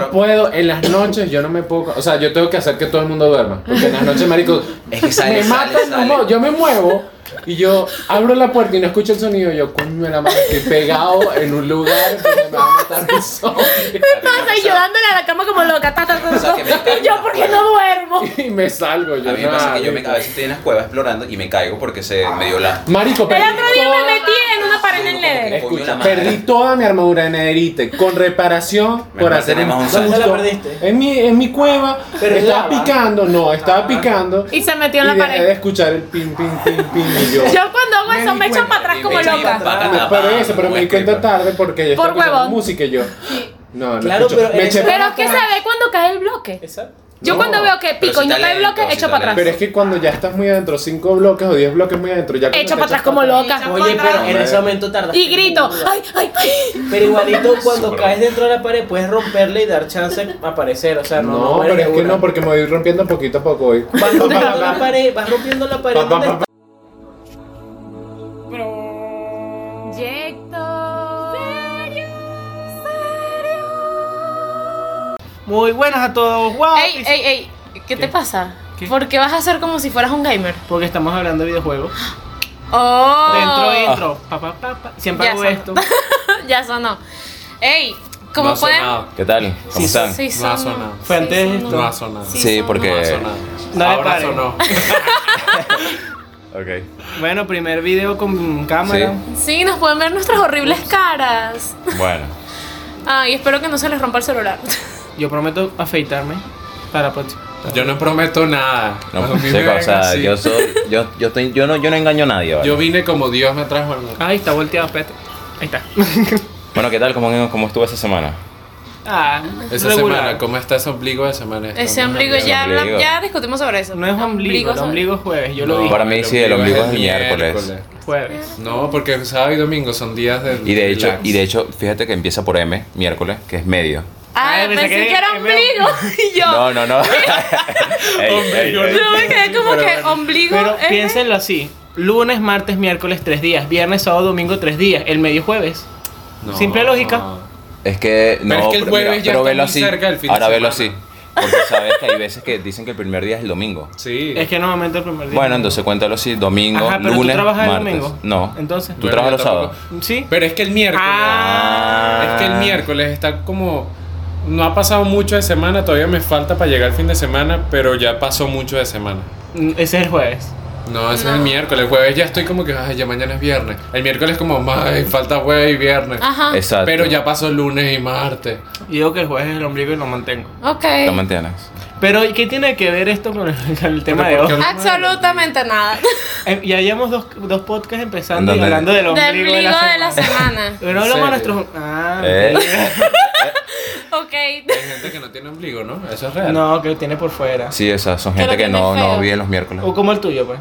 No puedo, en las noches yo no me puedo. O sea, yo tengo que hacer que todo el mundo duerma. Porque en las noches, marico, Es que sale, me sale, matan, sale. no, yo me muevo y yo abro la puerta y no escucho el sonido. Yo, coño, de la madre, estoy pegado en un lugar donde me va a matar el zombie. ¿Qué pasa? Y yo dándole a la cama como loca. ta, ta, ta, O sea, que me ta. Y yo, ¿por qué no duermo? Y me salgo yo. A mí me pasa que yo me, marico. a veces estoy en las cuevas explorando y me caigo porque se me dio la. Marico, El perdí otro día me toda- metí en una pared en el Nether. Coño, la Escucha, madre. perdí toda mi armadura en Nederite con reparación por mal hacer tenemos un injusto. saldo. ¿Ya la perdiste? En mi, en mi cueva Pero es estaba lava. picando, no, estaba Ah. picando. Y se metió en y la dejé de pared. escuchar el pin, pin, pin, pin y yo. Yo cuando hago eso me echo para atrás Y como me llevan loca. para Ah, acá, pero pa, eso, pero me di buen cuenta creeper. tarde porque yo Por estaba escuchando huevón. música y yo. No, no, Claro, escucho. pero me en eché ese- para Pero es que atrás. se ve cuando cae el bloque. Exacto. Yo No. cuando veo que Pero pico si y no cae el talento, bloque, si echo para talento. Pero atrás. es que cuando ya estás muy adentro, 5 bloques o 10 bloques muy adentro, ya cuando Echo te para echas atrás como atrás, loca. Oye, pero en ese momento tardas. Y grito, ay, ay, ay. Pero igualito cuando Súper. caes dentro de la pared puedes romperle y dar chance a aparecer. O sea, no. No, mueres pero es de que una. no, porque me voy rompiendo poquito a poco hoy. Vas rompiendo la pared, vas rompiendo la pared. ¿dónde está? Proyecto. Muy buenas a todos. Wow. Ey, ey, ey, ¿qué te pasa? ¿Qué? ¿Por qué vas a hacer como si fueras un gamer? Porque estamos hablando de videojuegos. Oh. Dentro, intro. Pa, pa, pa, pa. Siempre Ya hago sonó. esto. ya sonó. Ey, como no ha pueden. sonado. ¿Qué tal? ¿Cómo Sí, están? Sí, No ha sonó. sonado. Fue Sí, antes de sonó. esto. No ha sonado. Sí, Sí, sonó. No ha porque. sonado. Eh, No le Ahora pare. sonó. Ok. Bueno, primer video con cámara. Sí. Sí, nos pueden ver nuestras horribles caras. Bueno. Ay, espero que no se les rompa el celular. Yo prometo afeitarme para la próxima. Yo no prometo nada. No, A mí me chico, o ven sea, así. yo, soy, yo, yo, estoy- yo, no, yo no engaño a nadie. ¿vale? Yo vine como Dios me trajo al mundo. Ay, está volteado, espérate. Ahí está. Bueno, ¿qué tal? ¿Cómo, cómo estuvo esa semana? ah, Esa regular. semana, ¿cómo está ese ombligo de semana? Ese Estamos ombligo, ya, Ombligo. habla- ya discutimos sobre eso. No es ombligo, el sobre- ombligo es jueves, yo lo No, dije. Para mí sí, el ombligo es el miércoles. Jueves. No, porque sábado y domingo son días del Y de, hecho, relax. y de hecho, fíjate que empieza por M, miércoles, que es medio. Ay, Ay, pensé, pensé Ah, que, que- era que ombligo. Y yo, No, no, no. Ey, ey, ey. yo me quedé como Pero que bueno. ombligo. eh. Pero es- piénsenlo así. Lunes, martes, miércoles, tres días. Viernes, sábado, domingo, tres días. El medio jueves. No. Simple lógica. Es que no, Pero es que el jueves ya está velo muy cerca del fin de Ahora velo así. semana. Porque sabes que hay veces que dicen que el primer día es el domingo. Sí. Es que normalmente el primer día. Bueno, entonces cuéntalo así, domingo, Ajá, pero lunes, tú trabajas martes. el domingo. No. Entonces. ¿Tú Bueno, trabajas yo los sábados? tampoco. Sí. Pero es que el miércoles. Ah. Es que el miércoles está como. No ha pasado mucho de semana, todavía me falta para llegar el fin de semana, pero ya pasó mucho de semana. Mm, Ese es el jueves. No, ese es el miércoles. El jueves ya estoy como que, ay, ya mañana es viernes. El miércoles como, ay, falta jueves y viernes. Ajá. Ah. Exacto. Pero ya pasó lunes y martes. Yo digo que el jueves es el ombligo y lo mantengo. Ok. ¿Lo mantienes? Pero, ¿y ¿qué tiene que ver esto con el, con el tema de Pero ¿por hoy? qué Absolutamente nada. Eh, Ya llevamos dos, dos podcasts empezando y ¿Dónde? hablando del ombligo, Del ombligo de la semana. semana. Pero no hablamos de ¿En serio? nuestros. Ah, Eh. Ok. Hay gente que no tiene ombligo, ¿no? Eso es real. No, No, que lo tiene por fuera. Sí, esas son Que gente lo que no, tiene feo. no vive los miércoles. O como el tuyo, pues.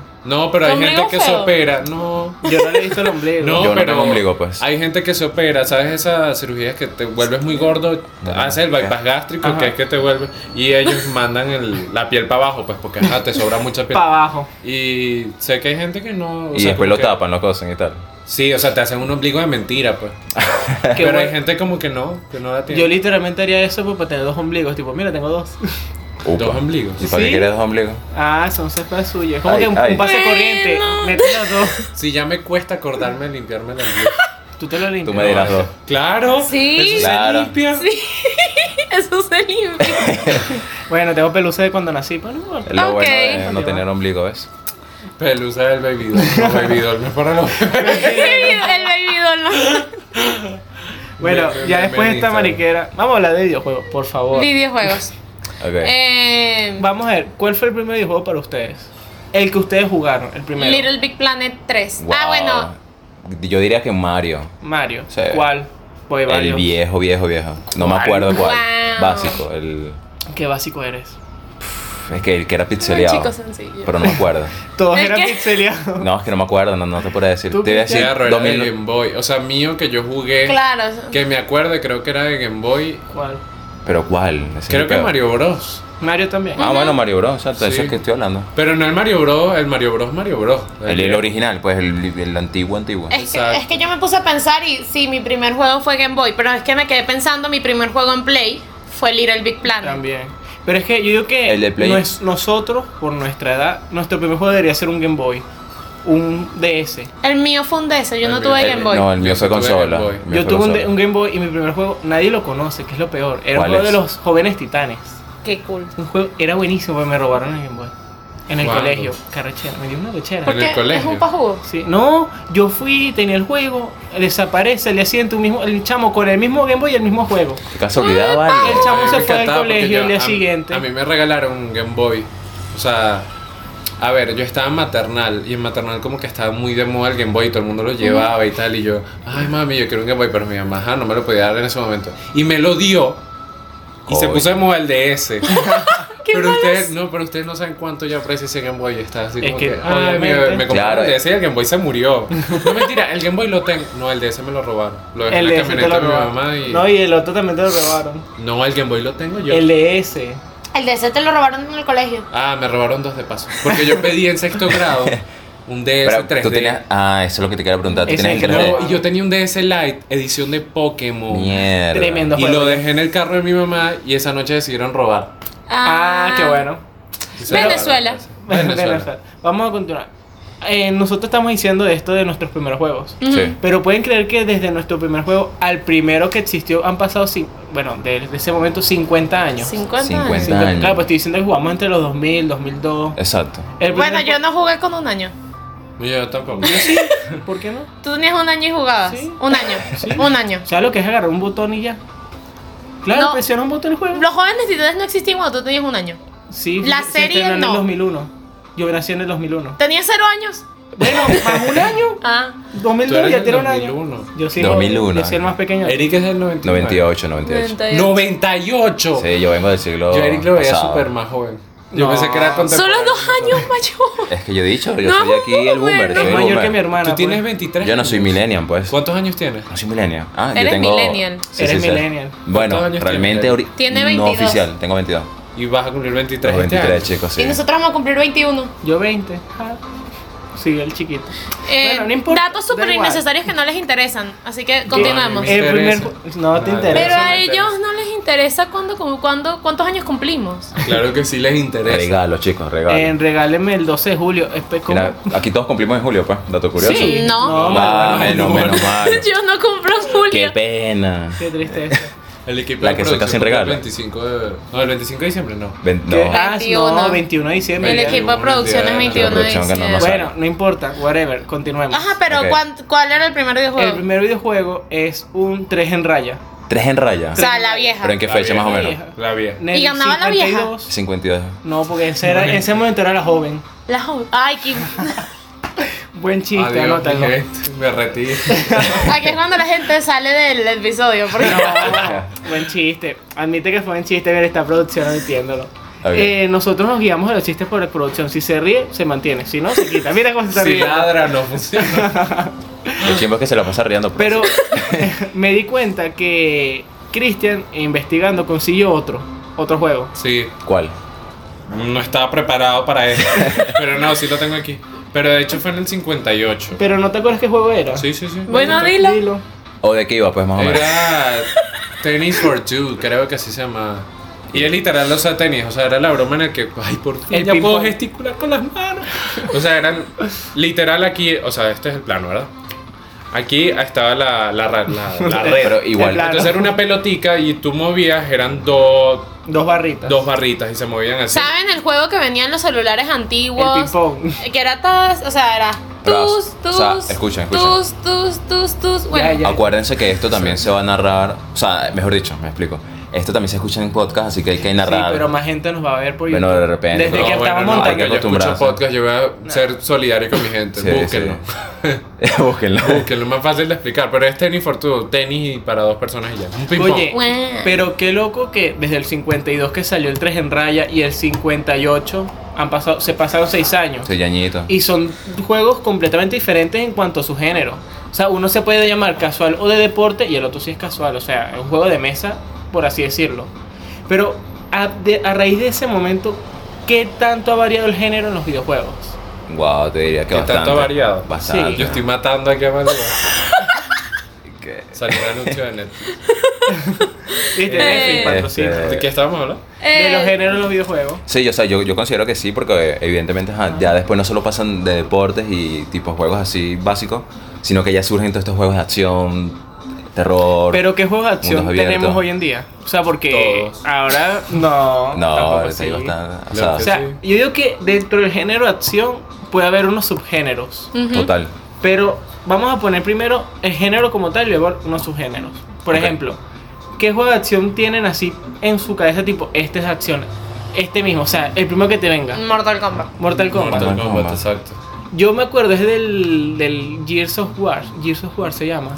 pero hay ¿Ombligo gente que se feo? opera. No. Yo no le he visto el ombligo. No, Yo no pero tengo ombligo, pues. Hay gente que se opera, ¿sabes? Esas cirugías que te vuelves muy gordo, Bueno, haces el bypass gástrico, Ajá. que es que te vuelves. Y ellos mandan el- la piel para abajo, pues, porque ajá, te sobra mucha piel. Para abajo. Y sé que hay gente que no. o y sea, después lo como que- tapan, lo cosen y tal. Sí, o sea, te hacen un ombligo de mentira, pues. Qué pero hay bueno. gente como que no, que no da tiempo. Yo literalmente haría eso pues, para tener dos ombligos. Tipo, mira, tengo dos. Upa. Dos ombligos. ¿Y para Sí. qué quieres dos ombligos? Ah, son cepas suyas. Es como Ay, que un, ay. un pase Bueno. corriente. Mete los dos. Si ya me cuesta acordarme de limpiarme el ombligo. Tú te lo Tú limpias. me dirás dos. Claro. Sí. Eso se Claro. limpia. Eso se limpia. Bueno, tengo pelusa de cuando nací, pues no importa. Es Lo Ok. bueno de no Vale, tener va. ombligo, ¿ves? Pelusa del baby doll. No, baby doll no es para los El baby doll. no. Bueno, Me- me- ya me- después me de esta hizo- mariquera. Vamos a hablar de videojuegos, por favor. Videojuegos. Ok. Eh, Vamos a ver, ¿cuál fue el primer videojuego para ustedes? El que ustedes jugaron, el primero. Little Big Planet 3. Ah, Wow. bueno. Yo diría que Mario. Mario. Sí. ¿Cuál? Voy El varios. viejo, viejo, viejo. No me ¿Cuál? acuerdo cuál. Wow. Básico. El, Qué básico eres. es que el que era Un pixeleado. chico sencillo. Pero no me acuerdo. Todos Es eran que- pixeleados. No, es que no me acuerdo, no, no te puedo decir. Te Tú voy a decir Sí, era 2000 de Game Boy. O sea, mío que yo jugué. Claro. Que me acuerde, creo que era de Game Boy. ¿Cuál? Pero ¿cuál? Ese es el Creo que peor. Mario Bros. Mario también. Ah, bueno, Mario Bros. Exacto, Sí. eso es que estoy hablando. Pero no el Mario Bros, el Mario Bros, Mario Bros. El, el original, pues el, el antiguo, antiguo. Es que, Exacto. es que yo me puse a pensar y sí, mi primer juego fue Game Boy, pero es que me quedé pensando, mi primer juego en Play fue Little Big Planet. También. Pero es que yo digo que El de Play. nos- nosotros, por nuestra edad, nuestro primer juego debería ser un Game Boy. Un DS. El mío fue un DS, yo El no mío- tuve El- Game Boy. No, el mío Yo fue tuve consola. Game Boy. El mío Yo fue tuve un, consola. de- un Game Boy y mi primer juego, nadie lo conoce, que es lo peor. Era un ¿Cuál juego es? de los jóvenes titanes. Qué cool. Un juego, era buenísimo, pero me robaron el Game Boy. En el ¿Cuándo? colegio, carrechera, me dio una cochera. ¿Por qué? Porque es colegio. un pajugo. Sí, no, yo fui, tenía el juego, desaparece, le hacían tu mismo, el chamo con el mismo Game Boy y el mismo juego. Qué casualidad, vale. El chamo se Ah, Me fue al encantaba porque colegio yo- el día a- siguiente. A mí me regalaron un Game Boy. O sea, a ver, yo estaba en maternal y en maternal como que estaba muy de moda el Game Boy y todo el mundo lo llevaba y tal. Y yo, ay mami, yo quiero un Game Boy, pero mi mamá ajá, no me lo podía dar en ese momento. Y me lo dio. Y se Joder. puso de moda el DS. Qué pero malos. ustedes no, pero ustedes no saben cuánto ya aprecio ese Game Boy. Está así Es como que, ah, que, ay, me, obviamente. me compraron Claro, el eh. DS y el Game Boy se murió. No mentira, el Game Boy lo tengo. No, el DS me lo robaron. Lo dejé El en la DS te camioneta lo de mi robaron. mamá y. No, y el otro también te lo robaron. No, el Game Boy lo tengo yo. El DS. El DS te lo robaron en el colegio. Ah, me robaron dos de paso. Porque yo pedí en sexto grado un DS Pero 3D. tú tenías. Ah, eso es lo que te quería preguntar. Tú Ese tenías el no, 3D. No, y yo tenía un DS Lite, edición de Pokémon. Mierda. Tremendo. Y lo dejé en el carro de mi mamá y esa noche decidieron robar. Ah, qué bueno. Venezuela. Venezuela. Vamos a continuar. Eh, nosotros estamos diciendo esto de nuestros primeros juegos. Sí. Pero pueden creer que desde nuestro primer juego al primero que existió han pasado, cin- bueno, desde ese momento 50 años. 50. 50. Cincuenta- años. Claro, pues estoy diciendo que jugamos entre los 2000, 2002. Exacto. El Bueno, primer yo no jugué con un año. No, yo tampoco. juego- ¿Por qué no? Tú tenías un año y jugabas. Sí. Un año. Sí. Un año. O sea, lo que es agarrar un botón y ya. Claro, No. presiona un botón y juega. Los jóvenes titanes no existían cuando tú tenías un año. Sí, La se serie estrenó en no. el 2001. Yo nací en el 2001. Tenías cero años. Bueno, más un año. Ah. Tú 2002 eres ya del tiene un año. 2001. Yo soy 2001. Yo soy el más pequeño. Eric es del 99. 98, 98. 98. Sí, yo vengo del siglo. Yo a Eric lo veía pasado. súper más joven. Yo No. pensé que era contemporáneo. Solo dos años mayor. Es que yo he dicho, yo No, soy aquí el boomer. bueno. Soy Es el mayor que mi boomer. hermana. Tú tienes pues. 23. Yo no soy años. millennial, pues. ¿Cuántos años tienes? No soy millennial. Ah, Eres yo tengo... millennial. Eres millennial. Bueno, ¿Cuántos años realmente tiene? ahorita. Tiene No 22. oficial, tengo 22. Y vas a cumplir 23, Tengo 23, este año. chicos, sí. Y nosotros vamos a cumplir 21. Yo 20. Ah, sí, el chiquito. Eh, Bueno, no importa, datos súper da igual. innecesarios que no les interesan. Así que continuamos. me El primer interesa. ju- No te Nada. Pero interesa. eso a me interesa. ellos no les interesa cuándo, como cuándo, cuántos años cumplimos. Claro que sí les interesa. Regalo, chicos, regalo. Eh, regáleme el 12 de julio. Espe- ¿cómo? Mira, aquí todos cumplimos en julio, pues. Dato curioso. Sí. No. Ah, Manuel, menos, Manuel. menos mal. Yo no compro en Qué julio. pena. Qué tristeza. El equipo La de que se casa sin producción cumple regalo. El 25 de, no, el 25 de diciembre no. Ven- no. ¿Qué? Ah, 21. no, 21 de diciembre. El ya. equipo de producción es 21 de Producción que no nos diciembre. sabe. Bueno, no importa, whatever, continuemos. Ajá, pero Ok. ¿cuán- ¿cuál era el primer videojuego? El primer videojuego es un 3 en raya. Tres en raya. O sea, la vieja. Pero en qué La fecha, más o vieja. menos. La vieja. En el ¿Y ganaba la 52. 52. No, porque ese, era- en ese momento era la joven. La joven. Ay, qué... Buen chiste, Adiós, anótalo. dije, me retiro. Aquí es cuando la gente sale del episodio. Porque... No, buen chiste. Admite que fue buen chiste ver esta producción admitiéndolo. Ok. Eh, nosotros nos guiamos de los chistes por la producción. Si se ríe, se mantiene. Si no, se quita. Mira cómo se está Si riendo. ladra no funciona. El tiempo es que se la pasa riendo. pues. Pero me di cuenta que Christian, investigando, consiguió otro. Otro juego. Sí, ¿Cuál? no estaba preparado para eso. Pero no, sí lo tengo aquí. Pero de hecho fue en el 58. Pero no te acuerdas qué juego era. Sí, sí, sí. Bueno, dilo. ¿O de qué iba, pues, Eh, más o menos? Era Tennis for Two, creo que así se llama. Y es literal, o sea, tenis, o sea, era la broma en la que, ay, por fin El ya puedo ping-pong. gesticular con las manos. O sea, eran literal aquí, o sea, este es el plano, ¿verdad? Aquí estaba la, la, ra- la, la red. Pero igual. El plan. Entonces era una pelotica y tú movías, eran dos, Dos barritas. dos barritas y se movían así. ¿Saben el juego que venían los celulares El antiguos? ping-pong. Que era tas, o sea, era tus, Ras. tus, O sea, escuchen, escuchen. tus, tus, tus, tus. Bueno, Ya, ya. Acuérdense que esto también se va a narrar. O sea, mejor dicho, me explico. Esto también se escucha en podcast, así que hay que Sí, narrar. pero más gente nos va a ver por Bueno, YouTube. de repente, Desde no, que bueno, estamos no, hay montando. que yo escucho acostumbrarse. podcast, yo voy a ser solidario con mi gente, Sí, búsquenlo. sí. Búsquenlo. Que es lo más fácil de explicar, pero es tenis for two, tenis y para dos personas y ya. Un ping-pong. Oye, Bueno. pero qué loco que desde el 52 que salió el 3 en raya y el 58 han pasado, se pasaron 6 años. Soy Yañito. Y son juegos completamente diferentes en cuanto a su género. O sea, uno se puede llamar casual o de deporte y el otro sí es casual. O sea, es un juego de mesa, por así decirlo. Pero a, de- a raíz de ese momento, ¿qué tanto ha variado el género en los videojuegos? Wow, te diría que ¿Qué tanto bastante. ha variado? Bastante. Sí. Yo estoy matando aquí a Manuel. Que- Salió el anuncio de Netflix. ¿Viste? Eh, Netflix patrocina. Este, ¿De qué estábamos hablando? De los Eh, géneros de los videojuegos. Sí, yo, o sea, yo, yo considero que sí, porque evidentemente ajá, ya después no solo pasan de deportes y tipo juegos así básicos, sino que ya surgen todos estos juegos de acción, terror. Pero ¿qué juegos de acción Mundos abiertos. tenemos hoy en día? O sea, porque Todos. ahora no. no, tampoco ahorita así. digo, está- o No, sea, O sea, Sí. yo digo que dentro del género de acción puede haber unos subgéneros. ujú. total. Pero vamos a poner primero el género como tal y luego unos subgéneros. Por Ok. ejemplo, ¿qué juego de acción tienen así en su cabeza tipo, este es de acción? Este mismo, o sea, el primero que te venga. Mortal Kombat. Mortal Kombat. Mortal Kombat, Kombat. exacto. Yo me acuerdo, es del, del Gears of War. Gears of War se llama.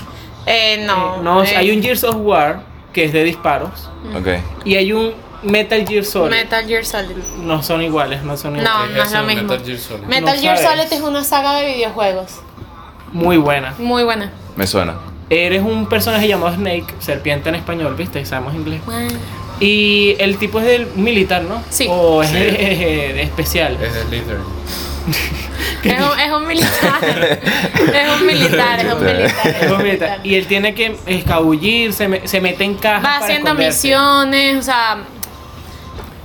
Eh, no. Eh, no, eh, hay un Gears of War que es de disparos. Ok. Y hay un Metal Gear Solid. Metal Gear Solid. No son iguales, Ah, no son iguales. No, ¿Qué no es eso lo de mismo. Metal Gear Solid? Metal No Gear sabes. Solid es una saga de videojuegos. Muy buena. Muy buena. Me suena. Eres un personaje llamado Snake, serpiente en español, ¿viste? Y sabemos inglés. Y el tipo es del militar, ¿no? Sí. O es Sí. eh, de especial. Es de Slytherin. Es un, es un militar. es un militar, es un militar. es un Es un militar. militar. Y él tiene que escabullirse, se, me- se mete en cajas. Va para haciendo esconderse. misiones, o sea.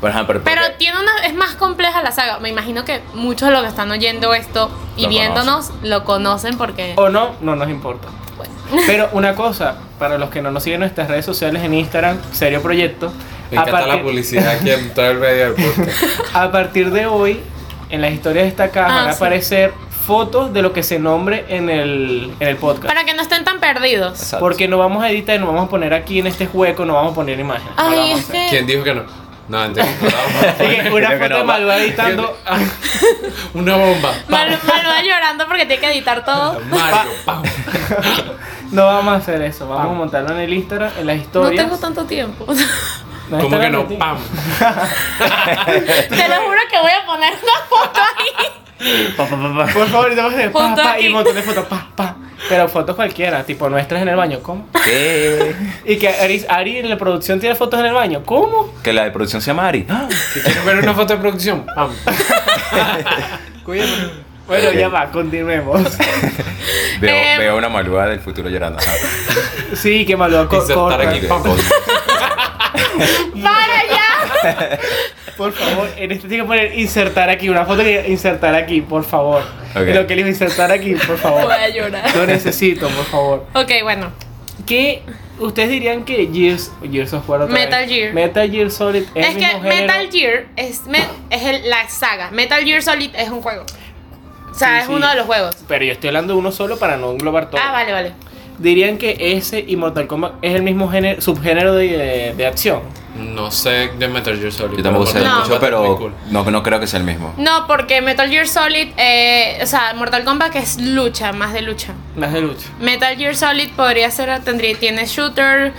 Pero, ajá, pero- Pero tiene una. Es más compleja la saga. Me imagino que muchos de los que están oyendo esto y Lo viéndonos lo conocen porque. O no, no nos importa. Bueno. Pero una cosa, para los que no nos siguen en nuestras redes sociales en Instagram, Serio Proyecto, Me a encanta la partir- publicidad aquí en todo el medio del podcast. A partir de hoy, en las historias de esta caja Ah, van a sí. aparecer fotos de lo que se nombre en el, en el podcast. Para que no estén tan perdidos. Exacto. Porque no vamos a editar, no vamos a poner aquí en este hueco, no vamos a poner imágenes. no la Ay, vamos a es hacer. que. ¿Quién dijo que no? No, antes. Así que una Creo que no, foto de va. Malva editando. ah, Una bomba. Mal, Mal va llorando porque tiene que editar todo. Mario, pam. No vamos a hacer eso, vamos a montarlo en el Instagram, en las No historias. tengo tanto tiempo. No, ¿Cómo que Instagram, no? ti- ¡Pam! Te lo juro que voy a poner una foto ahí. Pa, pa, pa, pa. Por favor, y te vas a hacer pa, Foto pa, aquí. y un montón de fotos, pa, pa. Pero fotos cualquiera, tipo nuestras en el baño, ¿cómo? ¿Qué? Y que Ari, Ari en la producción tiene fotos en el baño, ¿cómo? Que la de producción se llama Ari. ¡Ah! Si quieres ver una foto de producción, ¡pam! Cuídate. Bueno, ya va, continuemos. Veo, Eh, veo una malúa del futuro llorando. ajá. Sí, que malo, co- Insertar corta. aquí. Pam. ¡Para ya! Por favor, en este tiene que poner insertar aquí, una foto que diga insertar aquí, por favor. Ok. Lo que le digo, insertar aquí, por favor. Voy a llorar. Lo necesito, por favor. Ok, bueno. ¿Qué ustedes dirían que Gears, Gears of War otra Metal vez? Gear. Metal Gear Solid es, Es, el que mismo género? Metal Gear es, me- es el- la saga. Metal Gear Solid es un juego. O sea, Sí, es sí. uno de los juegos. Pero yo estoy hablando de uno solo para no englobar todo. Ah, vale, vale. Dirían que ese y Mortal Kombat es el mismo género, subgénero de, de, acción. No sé de Metal Gear Solid. Yo tampoco sé pero No. mucho, Mortal Kombat pero es pues, muy cool. no, no creo que sea el mismo. No, porque Metal Gear Solid, eh, o sea, Mortal Kombat que es lucha, más de lucha. Más de lucha. Metal Gear Solid podría ser, tendría, tiene shooter,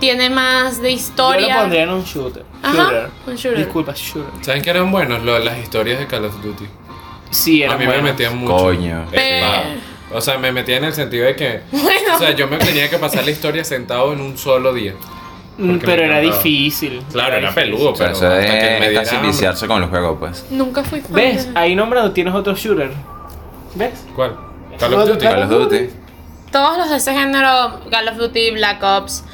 tiene más de historia. Yo lo pondría en un shooter. Ajá, Shooter. un shooter. Disculpa, shooter. ¿Saben que eran buenos Lo de las historias de Call of Duty? Sí, era a mí bueno. me metían mucho. Coño. Eh, Pero- va. O sea, me metía en el sentido de que. Bueno. O sea, yo me tenía que pasar la historia sentado en un solo día. Mm, porque Pero me era encantaba. difícil. Claro, era difícil. peludo, O sea, pero. eso hasta que me es casi diera hambre. viciarse con los juegos, pues. Nunca fui fan. ¿Ves? de- Ahí nombrado tienes otro shooter. ¿Ves? ¿Cuál? Call of No, Duty. claro. Call of Duty. Todos los de ese género, Call of Duty, Black Ops,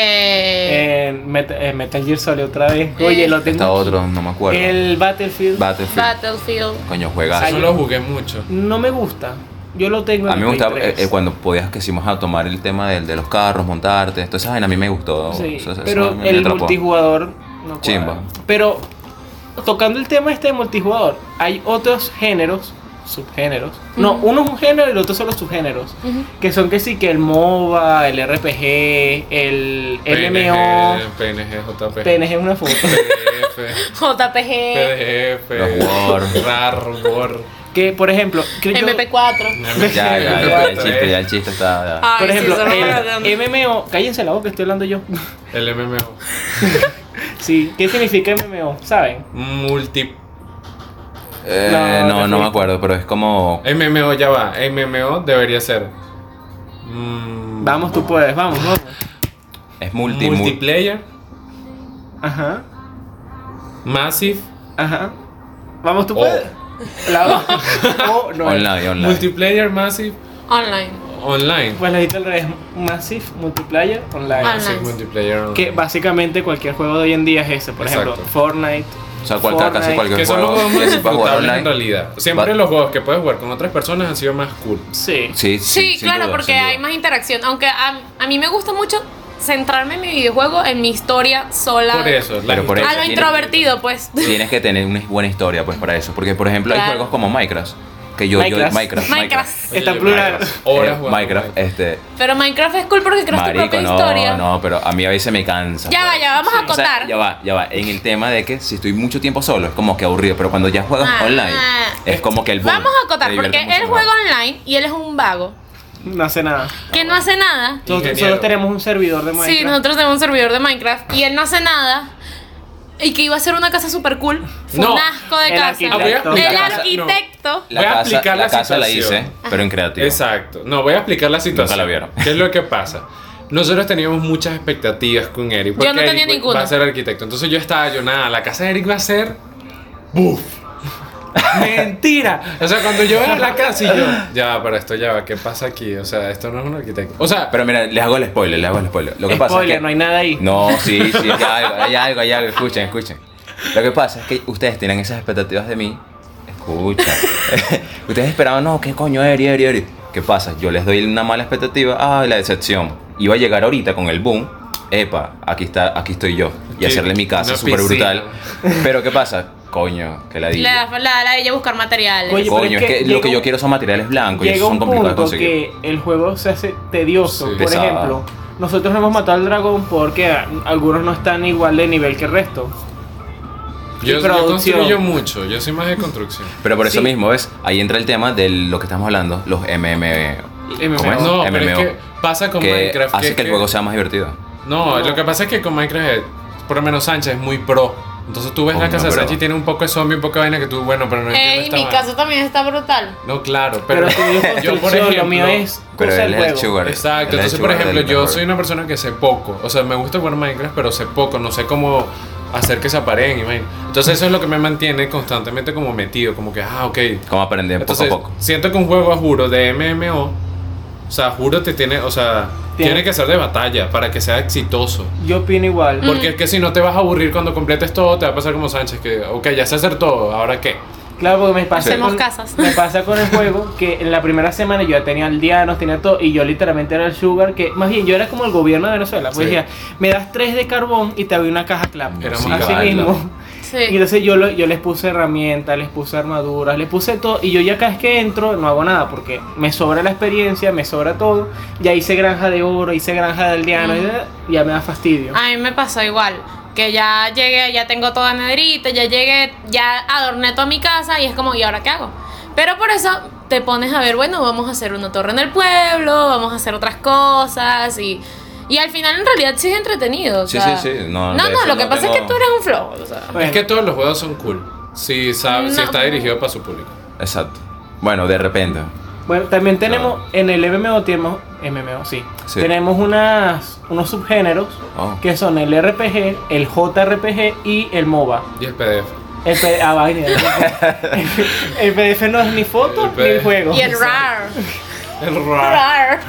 eh, Eh, Met- eh, Metal Gear Solid otra vez. Oye, Eh. lo tengo. Está otro, no me acuerdo. El Battlefield. Battlefield. Battlefield. Coño, juegas. Eso lo jugué mucho. no me gusta. Yo lo tengo en A mí me el Play gustaba eh, 3. eh, cuando podías que hicimos a tomar el tema del- de, los carros, montarte, todas esas vainas, a mí me gustó. Sí, Eso- eso pero a mí me el atrapó. multijugador no cuadra. Chimba. Pero tocando el tema este de multijugador, hay otros géneros, subgéneros. No, uno es un género y el otro son los subgéneros. Que son que sí, que el MOBA, el RPG, el MMO, PNG, JPG. PNG es una foto. PDF, eh, JPG, PDF, Los Word. RAR, Word. que por ejemplo, que yo- MP4. Ya, ya, ya, el chiste, ya el chiste está. ya. Ay, por sí, ejemplo, solo me lo dan. el MMO, cállense la boca, estoy hablando yo. El MMO. Sí, ¿qué significa MMO? ¿Saben? Multi. Eh, No, no, no me definitivo. acuerdo, pero es como. MMO ya va. MMO debería ser. mm, Vamos, tú puedes, vamos, vamos. Es multi. mul- multiplayer. Ajá. Massive. Ajá. Vamos, tú O. puedes. La O. O no. Oh. Online, online. Multiplayer Massive Online. online. Pues la digital es Massive Multiplayer Online. Ah, Sí, nice. multiplayer online. Que básicamente cualquier juego de hoy en día es ese. Por ejemplo, Exacto. Fortnite. O sea, cualquier- casi Fortnite. cualquier Que son los juego juegos más que se pueda jugar disfrutables en online. realidad. Siempre Va- los juegos que puedes jugar con otras personas han sido más cool. Sí. Sí, Sí, sin claro, duda, porque sin duda. hay más interacción. Aunque a, a mí me gusta mucho centrarme en mi videojuego, en mi historia sola. Por eso. Pero por las- A eso lo Ah, tiene- introvertido, pues. Tienes que tener una buena historia, pues, para eso. Porque, por ejemplo, hay Claro. juegos como Minecraft. Que yo, Minecraft. yo, Minecraft. Minecraft. Oye, Está yo plural. Minecraft, Eh, Horas jugando Minecraft, este. Pero Minecraft es cool porque creas tu Marico, propia no, historia. no, pero a mí a veces me cansa. Ya va, pues. ya vamos a O sea, contar. ya va, ya va. En el tema de que si estoy mucho tiempo solo, es como que aburrido. Pero cuando ya juegas Ah. online, es como que el boom. Vamos a acotar, Te porque diviertes mucho él mejor. juega online y él es un vago No hace nada. que no hace nada. Nosotros, Ingeniero. solo tenemos un servidor de Minecraft. Sí, nosotros tenemos un servidor de Minecraft y él no hace nada. Y que iba a ser una casa super cool. Fue No. un asco de El casa. arquitecto. Ah, voy a- El la casa- arquitecto. La Voy a casa, aplicar la, la casa la situación. hice, pero en creativo. Exacto. No, voy a explicar la situación. la vieron. ¿Qué es lo que pasa? Nosotros teníamos muchas expectativas con Eric. Porque no tenía Eric ninguna. Va a ser arquitecto. Entonces yo estaba, yo nada, la casa de Eric va a ser. ¡Buf! Mentira. O sea, cuando yo era la casa y yo. Ya, pero esto ya va, ¿qué pasa aquí? O sea, esto no es un arquitecto. O sea, Pero mira, les hago el spoiler, les hago el spoiler. Lo que pasa es Spoiler, que. no hay nada ahí. No, sí, sí, hay algo, hay algo, hay algo. Escuchen, escuchen. Lo que pasa es que ustedes tienen esas expectativas de mí. Escucha. ustedes esperaban, no, ¿qué coño, Eri, Eri, Eri? ¿Qué pasa? Yo les doy una mala expectativa. Ah, la decepción. Iba a llegar ahorita con el boom. Epa, aquí, está, aquí estoy yo. Y Sí, hacerle mi casa una súper piscina. brutal. Pero ¿qué pasa? Coño, que la di. Le da la, la, ella buscar materiales. Oye, pero Coño, es es que que lo llega que yo un- quiero son materiales blancos y Llega esos son un complicados de punto conseguir. que el juego se hace tedioso. Sí. Por Pesado. ejemplo, nosotros no hemos matado al dragón porque a- algunos no están igual de nivel que el resto. y yo, yo producción. construyo mucho. Yo soy más de construcción. Pero por eso Sí. mismo, ¿ves? Ahí entra el tema de lo que estamos hablando, los MMO. ¿Cómo es? No, pero es MMO, que pasa con que Minecraft. hace que el juego sea más divertido. No, lo que pasa es que con Minecraft, por lo menos Sánchez es muy pro. Entonces tú ves la Coño, casa de Oh, pero- Sánchez y tiene un poco de zombie, un poco de vaina que tú, bueno, pero no entiendo Ey, esta Eh, mi vaina. casa también está brutal. No, claro, pero, Pero, tu video es yo por construcción, ejemplo... lo mío es Pero cosa él del es el juego. sugar. Exacto, él es entonces el por sugar ejemplo del yo mejor. soy una persona que sé poco, o sea, me gusta jugar Minecraft pero sé poco, no sé cómo hacer que se apareen, imagínate. Entonces eso es lo que me mantiene constantemente como metido, como que, ah, ok. Como aprender poco a Entonces poco. siento que un juego, juro, de MMO, o sea, juro te tiene, o sea, Tiene- tiene que ser de batalla para que sea exitoso. Yo opino igual. Porque es que si no te vas a aburrir cuando completes todo, te va a pasar como Sánchez, que, ok, ya sé hacer todo, ¿ahora qué? Claro, porque me pasa, Mm. Hacemos con, casas. me pasa con el juego que en la primera semana yo ya tenía aldeanos, tenía todo, y yo literalmente era el sugar, que más bien yo era como el gobierno de Venezuela. Pues Sí. decía, me das tres de carbón y te doy una caja clap. Era muy Así caro. mismo. Y Sí. entonces yo, lo- yo les puse herramientas, les puse armaduras, les puse todo. Y yo ya cada vez que entro no hago nada porque me sobra la experiencia, me sobra todo. Ya hice granja de oro, hice granja de Mm. aldeanos, y ya me da fastidio. A mí me pasó igual. Que ya llegué, ya tengo toda nederita, ya llegué, ya adorné toda mi casa y es como, ¿y ahora qué hago? Pero por eso te pones a ver, bueno, vamos a hacer una torre en el pueblo, vamos a hacer otras cosas y, y al final en realidad sí es entretenido. o Sí, sea. sí, sí, no, No, de no, eso lo no que pasa es tengo- que tú eres un flow. O sea. Bueno, Es que todos los juegos son cool, si, sabe- si No. está dirigido para su público. Exacto. Bueno, de repente. Bueno, también tenemos en el MMO tenemos MMO, sí. Sí. Tenemos unas unos subgéneros Oh. que son el RPG, el JRPG y el MOBA. Y el PDF. El, P- ah, vaina. el PDF no es ni foto El ni juego. Y el RAR. El RAR. RAR.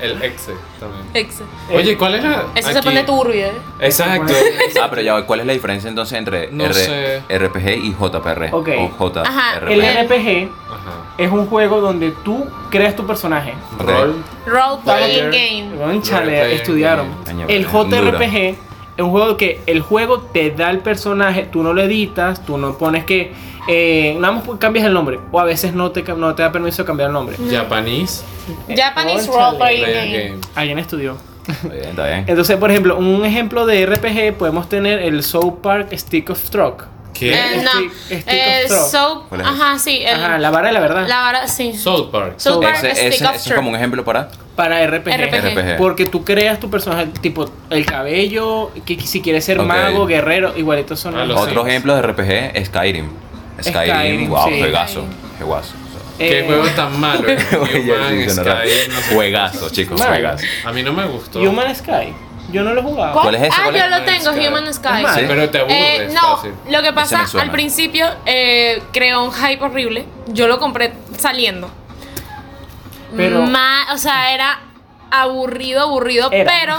El EXE también. Ex- Oye, ¿cuál es la...? Eso se aquí? pone turbio. ¿eh? Exacto. Ah, pero ya, va, ¿cuál es la diferencia entonces entre No R- sé. RPG y JPR? Ok. O JRPG. Ajá, El RP. RPG Ajá. es un juego donde tú creas tu personaje. Ok. Rol. Role Player. playing game. Cónchale, Role-playing estudiaron. game. El Coño, pero JRPG es un juego que el juego te da el personaje, tú no lo editas, tú no pones que. eh, nada más cambias el nombre, o a veces no te, no te da permiso cambiar el nombre. Japanese Japanese Cónchale. role playing Player game. Game. Alguien estudió. Está bien, está bien. Entonces, por ejemplo, un ejemplo de RPG podemos tener el South Park Stick of Truck. ¿Qué? Eh, no, Stick- Stick of el Thought. soap. ¿Cuál es Ajá, sí. el- Ajá, la vara de la verdad. La vara, sí. South Park. South Park Ese, ese- Stick ese of es Truth. como un ejemplo para. Para RPG. RPG. RPG. Porque tú creas tu personaje, tipo el cabello, que si quieres ser Ok. mago, guerrero, igualitos son Ah, los- lo sé. Otro ejemplo de RPG, Skyrim. Skyrim, Skyrim, wow, sí. juegazo. Juegazo. ¿Qué Eh, juego tan malo? Human Oye, sí, suena raro. Sky. no sé. Juegazo, chicos, Mario. juegazo. A mí no me gustó. Human Sky. Yo no lo jugaba. ¿Cuál es ese? Ah, ¿Cuál es? yo lo tengo, Sky. Human Sky. Es malo. Sí. Pero te aburres Eh, no, fácil. lo que Ese pasa me suena. al principio eh, creó un hype horrible. Yo lo compré saliendo. Pero- Ma- o sea, era aburrido, aburrido, Era. pero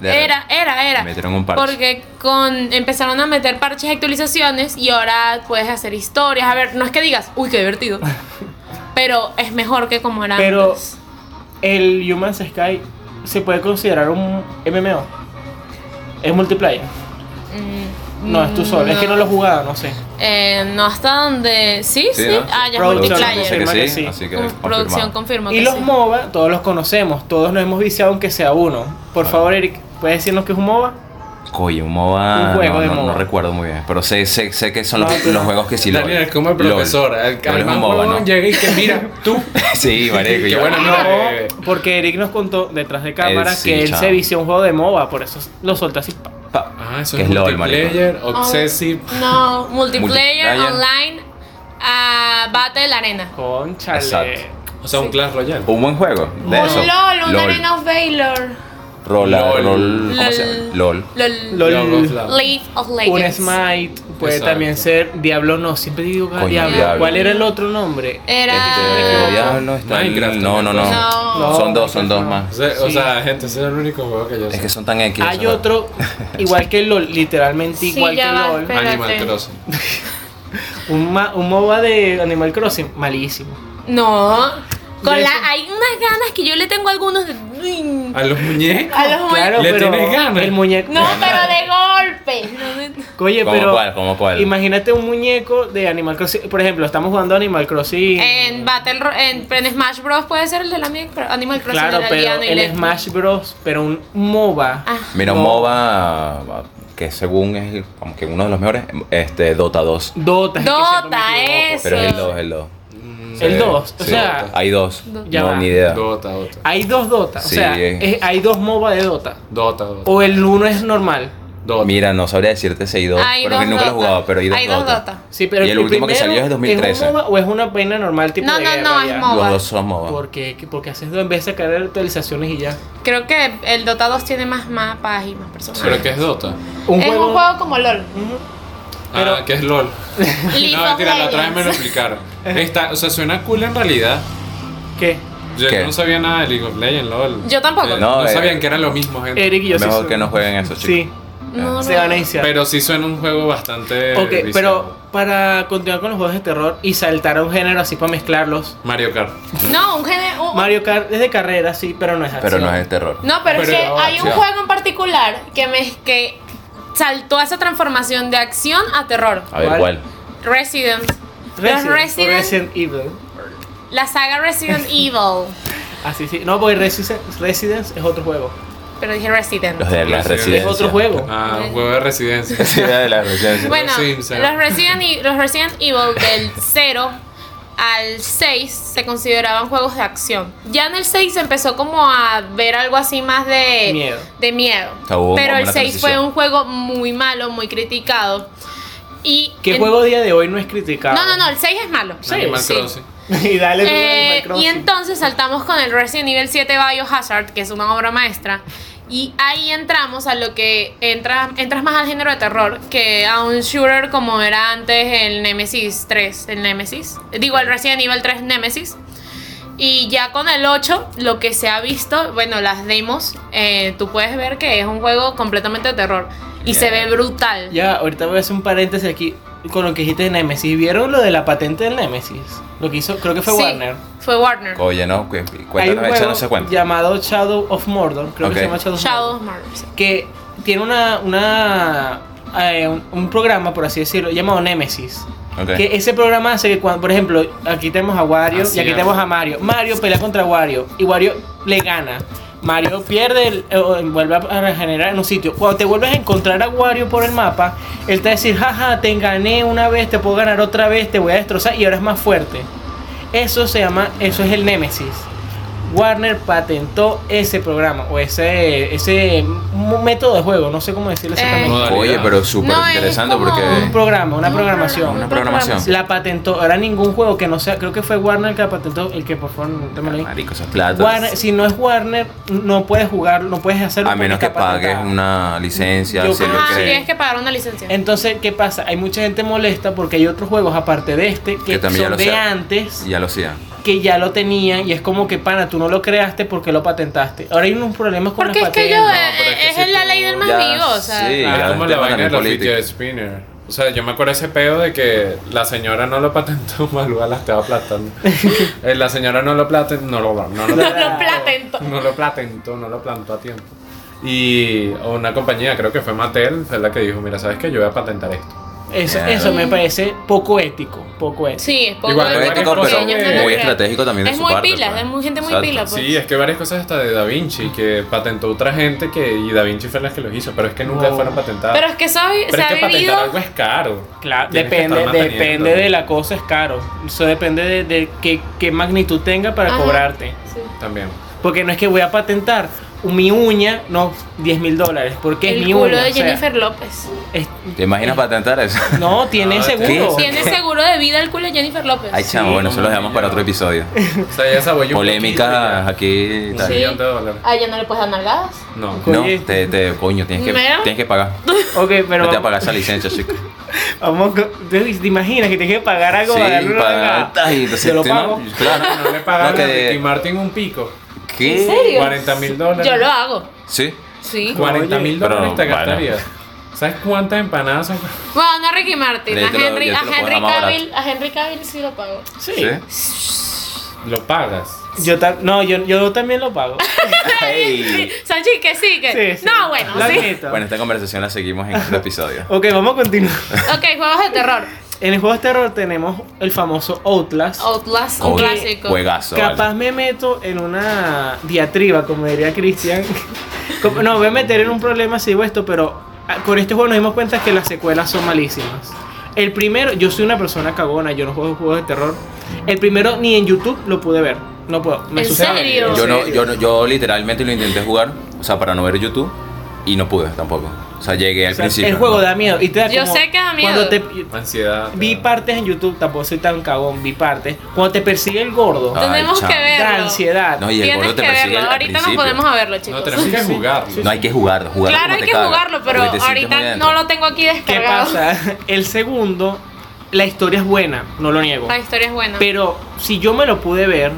De- era, era, era. Metieron un parche. Porque con, empezaron a meter parches y actualizaciones y ahora puedes hacer historias. A ver, no es que digas, uy, qué divertido. pero es mejor que como era Pero antes. el Human Sky se puede considerar un MMO. Es multiplayer. Mm, No, es tú solo. Es que no lo he jugado, no sé. Eh, no hasta donde. Sí, sí. Sí, ¿no? Ah, ya es Producción Dice multiplayer. confirma que que sí, sí. así que Con- producción confirmado. confirma Y que los sí. MOBA, todos los conocemos. Todos nos hemos viciado aunque sea uno. Por favor, Eric, ¿puedes decirnos qué es un MOBA? Coño, un MOBA. Un juego no, de no, no MOBA. recuerdo muy bien. Pero sé, sé, sé que son los, No, pero- los juegos que sí lo. Daniel es como el profesor. El No eres un cabrón boba, ¿no? llega y que mira, tú. Sí, marico. Qué yo- bueno, No, Eh. porque Eric nos contó detrás de cámara sí, que él chamo. se vició un juego de MOBA, por eso lo soltó así. pa. Pa- Ah, eso que es es LOL, multiplayer, Oh, obsessive. No, multiplayer, Multiplayer. online, ah, Battle Arena. Conchale. Exacto. Ah, O sea, un Clash Royale. Un buen juego. De Un eso. Oh, LOL, un Arena of Valor. Rola- LOL. Rol. ¿Cómo se llama? LOL. LOL. LOL. Love of Love. League of Un Legends. Smite, puede Exacto. también ser Diablo, no, siempre digo Coño, Diablo. Diablo. ¿Cuál era el otro nombre? Este, Era. Diablo está en- Minecraft No, no, no. también. No. Son dos, son Minecraft dos no. O más. sea, o Sí. sea, gente, ese es el único juego que yo sé. Es que son tan X. Hay otro, igual que LOL, literalmente Sí, igual ya que va, LOL. espera. Animal espérate. Crossing. Un, ma- un MOBA de Animal Crossing, malísimo. No. Con la, Ya eso- hay unas ganas que yo le tengo a algunos de. A los muñecos. A los mu- Claro, ¿Le pero tienes ganas? el muñeco. No, pero de golpe. No me- Oye, ¿Cómo pero cuál? ¿Cómo cuál? imagínate un muñeco de Animal Crossing. Por ejemplo, estamos jugando Animal Crossing. En Battle Ro- en, en Smash Bros puede ser el del ami- Animal Crossing claro, era pero Diana y el Leti. Smash Bros, pero un MOBA. Ah. Mira, No. MOBA, que según es el- como que uno de los mejores, este Dota 2. Dota. es que siempre Dota, me equivoco. eso. Pero es el 2, el 2. El Sí, 2, o sí. sea, Hay dos. Dota. Ya No, va. ni idea. Dota, Dota. hay dos Dota. Sí, o sea, eh. es- hay dos MOBA de Dota. Dota, Dota. O el uno es normal. Dota. Mira, no sabría decirte si hay dos, Hay pero dos que nunca lo he Dota. jugado, pero hay dos Hay dos Dota. Dota. Sí, pero Y el último que primero salió es 2013. un MOBA o es una pena normal tipo No, de no, guerra no, es ya? MOBA. Los dos son MOBA. ¿Por qué? ¿Qué- Porque haces dos en vez de sacar actualizaciones y ya. Creo que el Dota 2 tiene más mapas y más personajes. ¿Pero qué es Dota? es un juego como LOL. Ah, ¿qué es LOL? League no, of mentira, la otra vez me lo Legends. explicaron. Está, o sea, suena cool en realidad. ¿Qué? Yo ¿Qué? no sabía nada de League of Legends, LOL. Yo tampoco. Eh, No, no eh, sabían que era lo mismo, gente. Eric y yo sí Mejor son- que no jueguen eso, Sí, chicos. No, no. se van a iniciar. Pero sí suena un juego bastante. ok, viciado. pero para continuar con los juegos de terror y saltar a un género así para mezclarlos. Mario Kart. No, un género. un- Mario Kart es de carrera, sí, pero no es así. Pero no es de terror. No, pero, es Pero que era hay un acción. juego en particular que me que saltó esa transformación de acción a terror. A ver, ¿Cuál? ¿cuál? Resident. Los Resident, Resident, Resident Evil. la saga Resident Evil. Así sí. No, porque Resident, Residence es otro juego. Pero dije Resident. Los de la Es residencia. otro juego. Ah, un juego de residencia. Sí, de la residencia. Bueno, Los los Simpsons. Resident, E- los Resident Evil del 0 al 6 se consideraban juegos de acción. Ya en el 6 se empezó como a ver algo así más de Miedo. De miedo. O sea, Ah, hubo Pero como el una 6 fue transición. un juego muy malo, muy criticado. Y ¿Qué en- juego a día de hoy no es criticado? No, no, no, el 6 es malo. Animal Sí. Crossing. y dale duro a Eh, Animal y Crossing. entonces saltamos con el Resident Evil 7 Biohazard, que es una obra maestra. Y ahí entramos a lo que entra, entras más al género de terror que a un shooter como era antes el Nemesis 3, el Nemesis. Digo, el Resident Evil 3 Nemesis. Y ya con el 8, lo que se ha visto, bueno, las demos, eh, tú puedes ver que es un juego completamente de terror. Y se ve brutal. Ya, ahorita voy a hacer un paréntesis aquí con lo que dijiste de Nemesis. ¿Vieron lo de la patente del Nemesis? Lo que hizo, creo que fue Sí, Warner. Fue Warner. Oye, no, cu- Hay un cuéntanos, juego échanos ese cuento. llamado Shadow of Mordor, creo Ok. que se llama Shadow of Mordor. Shadow of Mordor, sí. que tiene una, una eh, un, un programa, por así decirlo, llamado Nemesis. Ok. Que ese programa hace que cuando, por ejemplo, aquí tenemos a Wario Así y aquí es. tenemos a Mario. Mario pelea contra Wario y Wario le gana. Mario pierde el- eh, o vuelve a regenerar en un sitio. Cuando te vuelves a encontrar a Wario por el mapa, él te va a decir, jaja, te engané una vez, te puedo ganar otra vez, te voy a destrozar y ahora es más fuerte. Eso se llama, eso es el Nemesis. Warner patentó ese programa o ese, ese m- método de juego, no sé cómo decirlo exactamente. Modalidad. Oye, pero súper No, es interesante como- porque. un programa, una Un programación. Una programación. La patentó. Ahora ningún juego que no sea, creo que fue Warner que la patentó, el que por favor no te me lo digas. Marico, esos platos. Warner, si no es Warner, no puedes jugar, no puedes hacerlo. A menos porque que está pagues patentado. una licencia. Yo si creo yo Ah, que- creo. tienes que pagar una licencia. Entonces, ¿qué pasa? Hay mucha gente molesta porque hay otros juegos aparte de este que, Que también ya son lo de sea. antes Y ya lo hacían. que ya lo tenían y es como que, pana, tú no lo creaste porque lo patentaste. Ahora hay unos problemas con Porque las es que patentes. yo, No, eh, pero es que es, si la tú- ley del más Ya, vivo, o sea. sí. Ah, ya, es como el tema la vaina de también los político. fidget spinner. O sea, yo me acuerdo ese pedo de que la señora no lo patentó, Malúa la estaba aplastando. Eh, la señora no lo patentó, no lo, no lo No lo platento. No lo patentó, no lo plantó a tiempo. Y una compañía, creo que fue Mattel, fue la que dijo, mira, ¿sabes qué? Yo voy a patentar esto. Eso, Claro. eso me parece poco ético, poco ético. Sí, es poco Igual, ético, pero Poético, porque es pero este ellos no lo muy crean. crean. estratégico también de Es su muy parte. pila, pues. es muy gente muy Exacto. pila. pues. Sí, es que varias cosas hasta de Da Vinci, que patentó otra gente que, y Da Vinci fue la que los hizo, pero es que nunca No. fueron patentadas. Pero es que sabe- Pero se es ha que vivido. patentar algo es caro. Claro, Tienes que depende, estar manteniendo. depende de la cosa, es caro. Eso depende de, de qué, qué magnitud tenga para Ajá. cobrarte. Sí. También. Porque no es que voy a patentar mi uña, no, 10 mil dólares, porque es El mi culo uña. de o sea, Jennifer López. es- ¿Te imaginas patentar eso? no, tiene Ah, seguro. ¿qué? Tiene seguro de vida el culo de Jennifer López. Ay, chamo, Sí, bueno, eso lo dejamos para otro episodio. O sea, ya esa bolla un Polémicas poquito aquí. y y ya. Un tal. Sí. millón de dólares. Ah, ya no le puedes dar nalgadas. No. No, Oye. te, te, coño, tienes que, Mira. tienes que pagar. Ok, No te va a pero vamos, pagar esa licencia, chico. vamos con- ¿te te imaginas que tienes que pagar algo Sí, para darle una pagar. nalgada? Ay, entonces Yo lo tú no- pago. Claro. No le pagaron No, que a de- Ricky Martin un pico. ¿Qué? ¿En serio? 40 mil dólares. Yo lo hago. Sí. Sí. 40 mil Pero, dólares te bueno. gastarías. ¿Sabes cuántas empanadas son? Bueno, no a Ricky Martin, Yo a te lo- Henry, yo a te lo pongo Henry más barato. Cavill, a Henry Cavill sí lo pago. Sí. ¿Sí? Lo pagas. Yo ta- no, yo, yo también lo pago. Ey. Sanchi, que sí, que. Sí, sí. No, bueno, Lo sí. admito. Bueno, esta conversación la seguimos en otro episodio. Ok, vamos a continuar. Ok, juegos de terror. En el juego de terror tenemos el famoso Outlast. Outlast, un Oye, clásico. Juegazo. vale. Capaz me meto en una diatriba, como diría Cristian. Como- No, voy a meter en un problema si digo esto, pero ah, con este juego nos dimos cuenta que las secuelas son malísimas. El primero, yo soy una persona cagona, yo no juego juegos de terror. El primero ni en YouTube lo pude ver. No puedo. Me ¿En sucede. serio? Yo, no, yo, no- yo literalmente lo intenté jugar, o sea, para no ver YouTube, y no pude tampoco. O sea, llegué al O sea, principio. el juego ¿no? da miedo. Y te da Yo como- sé que da miedo. Cuando te, Ansiedad. vi partes en YouTube, tampoco soy tan cagón, vi partes. Cuando te persigue el gordo, Ah. Ay, Tenemos chamo. que da verlo. ansiedad. No, y el Tienes gordo te que persigue verlo. al Ahorita nos principio. ponemos a verlo, chicos. No, tenemos que jugarlo. No hay que jugarlo, jugarlo claro, como hay te que caga, jugarlo, porque pero te sientes muy ahorita adentro. no lo tengo aquí ¿Qué descargado. pasa? El segundo, la historia es buena, no lo niego. La historia es buena. Pero si yo me lo pude ver,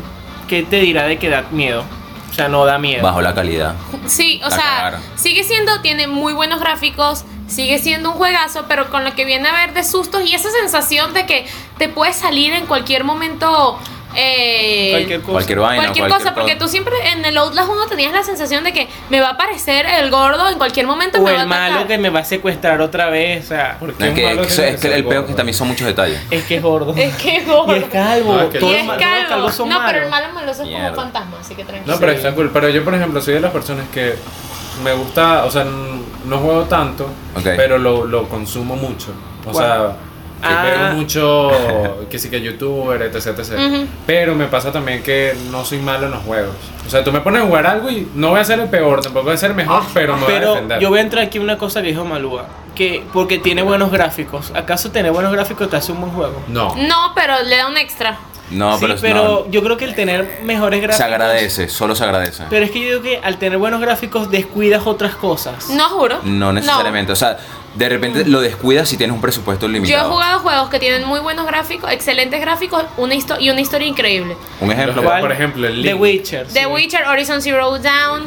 ¿qué te dirá de que da miedo? O sea, no da miedo. Bajo la calidad. Sí, o La sea, cagaron. sigue siendo, tiene muy buenos gráficos, sigue siendo un juegazo, pero con lo que viene a ver de sustos y esa sensación de que te puede salir en cualquier momento. eh, Cualquier cosa. Cualquier vaina. cualquier cosa, porque tú siempre en el Outlast 1 tenías la sensación de que me va a aparecer el gordo en cualquier momento. o me va el a atacar. malo que me va a secuestrar otra vez. O sea, ¿Por No, qué es que, malo es que- tiene es que ser el peor gordo? que también son muchos detalles. es que es gordo. Es que es gordo. Y es calvo. No, es que- Todos Y los es ma- todos los calvo. calvos son no, pero malos. el malo maloso es como Mierda. un fantasma, así que tranquilo. No, pero Sí. está cool. Pero yo, por ejemplo, soy de las personas que me gusta, o sea, n- no juego tanto, Ok. pero lo, lo consumo mucho. O ¿Cuál? sea, que Ah. veo mucho, que sí que youtuber, etc, etc. Ujú. Pero me pasa también que no soy malo en los juegos. O sea, tú me pones a jugar algo y no voy a ser el peor, tampoco voy a ser el Ah, mejor, pero me voy a Pero defender. yo voy a entrar aquí en una cosa que dijo Malúa. Que porque tiene buenos gráficos. ¿Acaso tener buenos gráficos te hace un buen juego? No. No, pero le da un extra. No, sí, pero, pero, es- yo creo que el tener mejores no, se gráficos. agradece, solo se agradece. Pero es que yo digo que al tener buenos gráficos descuidas otras cosas. No juro. No necesariamente. O sea, de repente lo descuidas si tienes un presupuesto Yo he limitado. jugado juegos que tienen muy buenos gráficos, excelentes gráficos una histo- y una historia increíble. Un ejemplo. ¿Cuál? Por ejemplo, el The Link. Witcher. The sí. Witcher, Horizon Zero Dawn,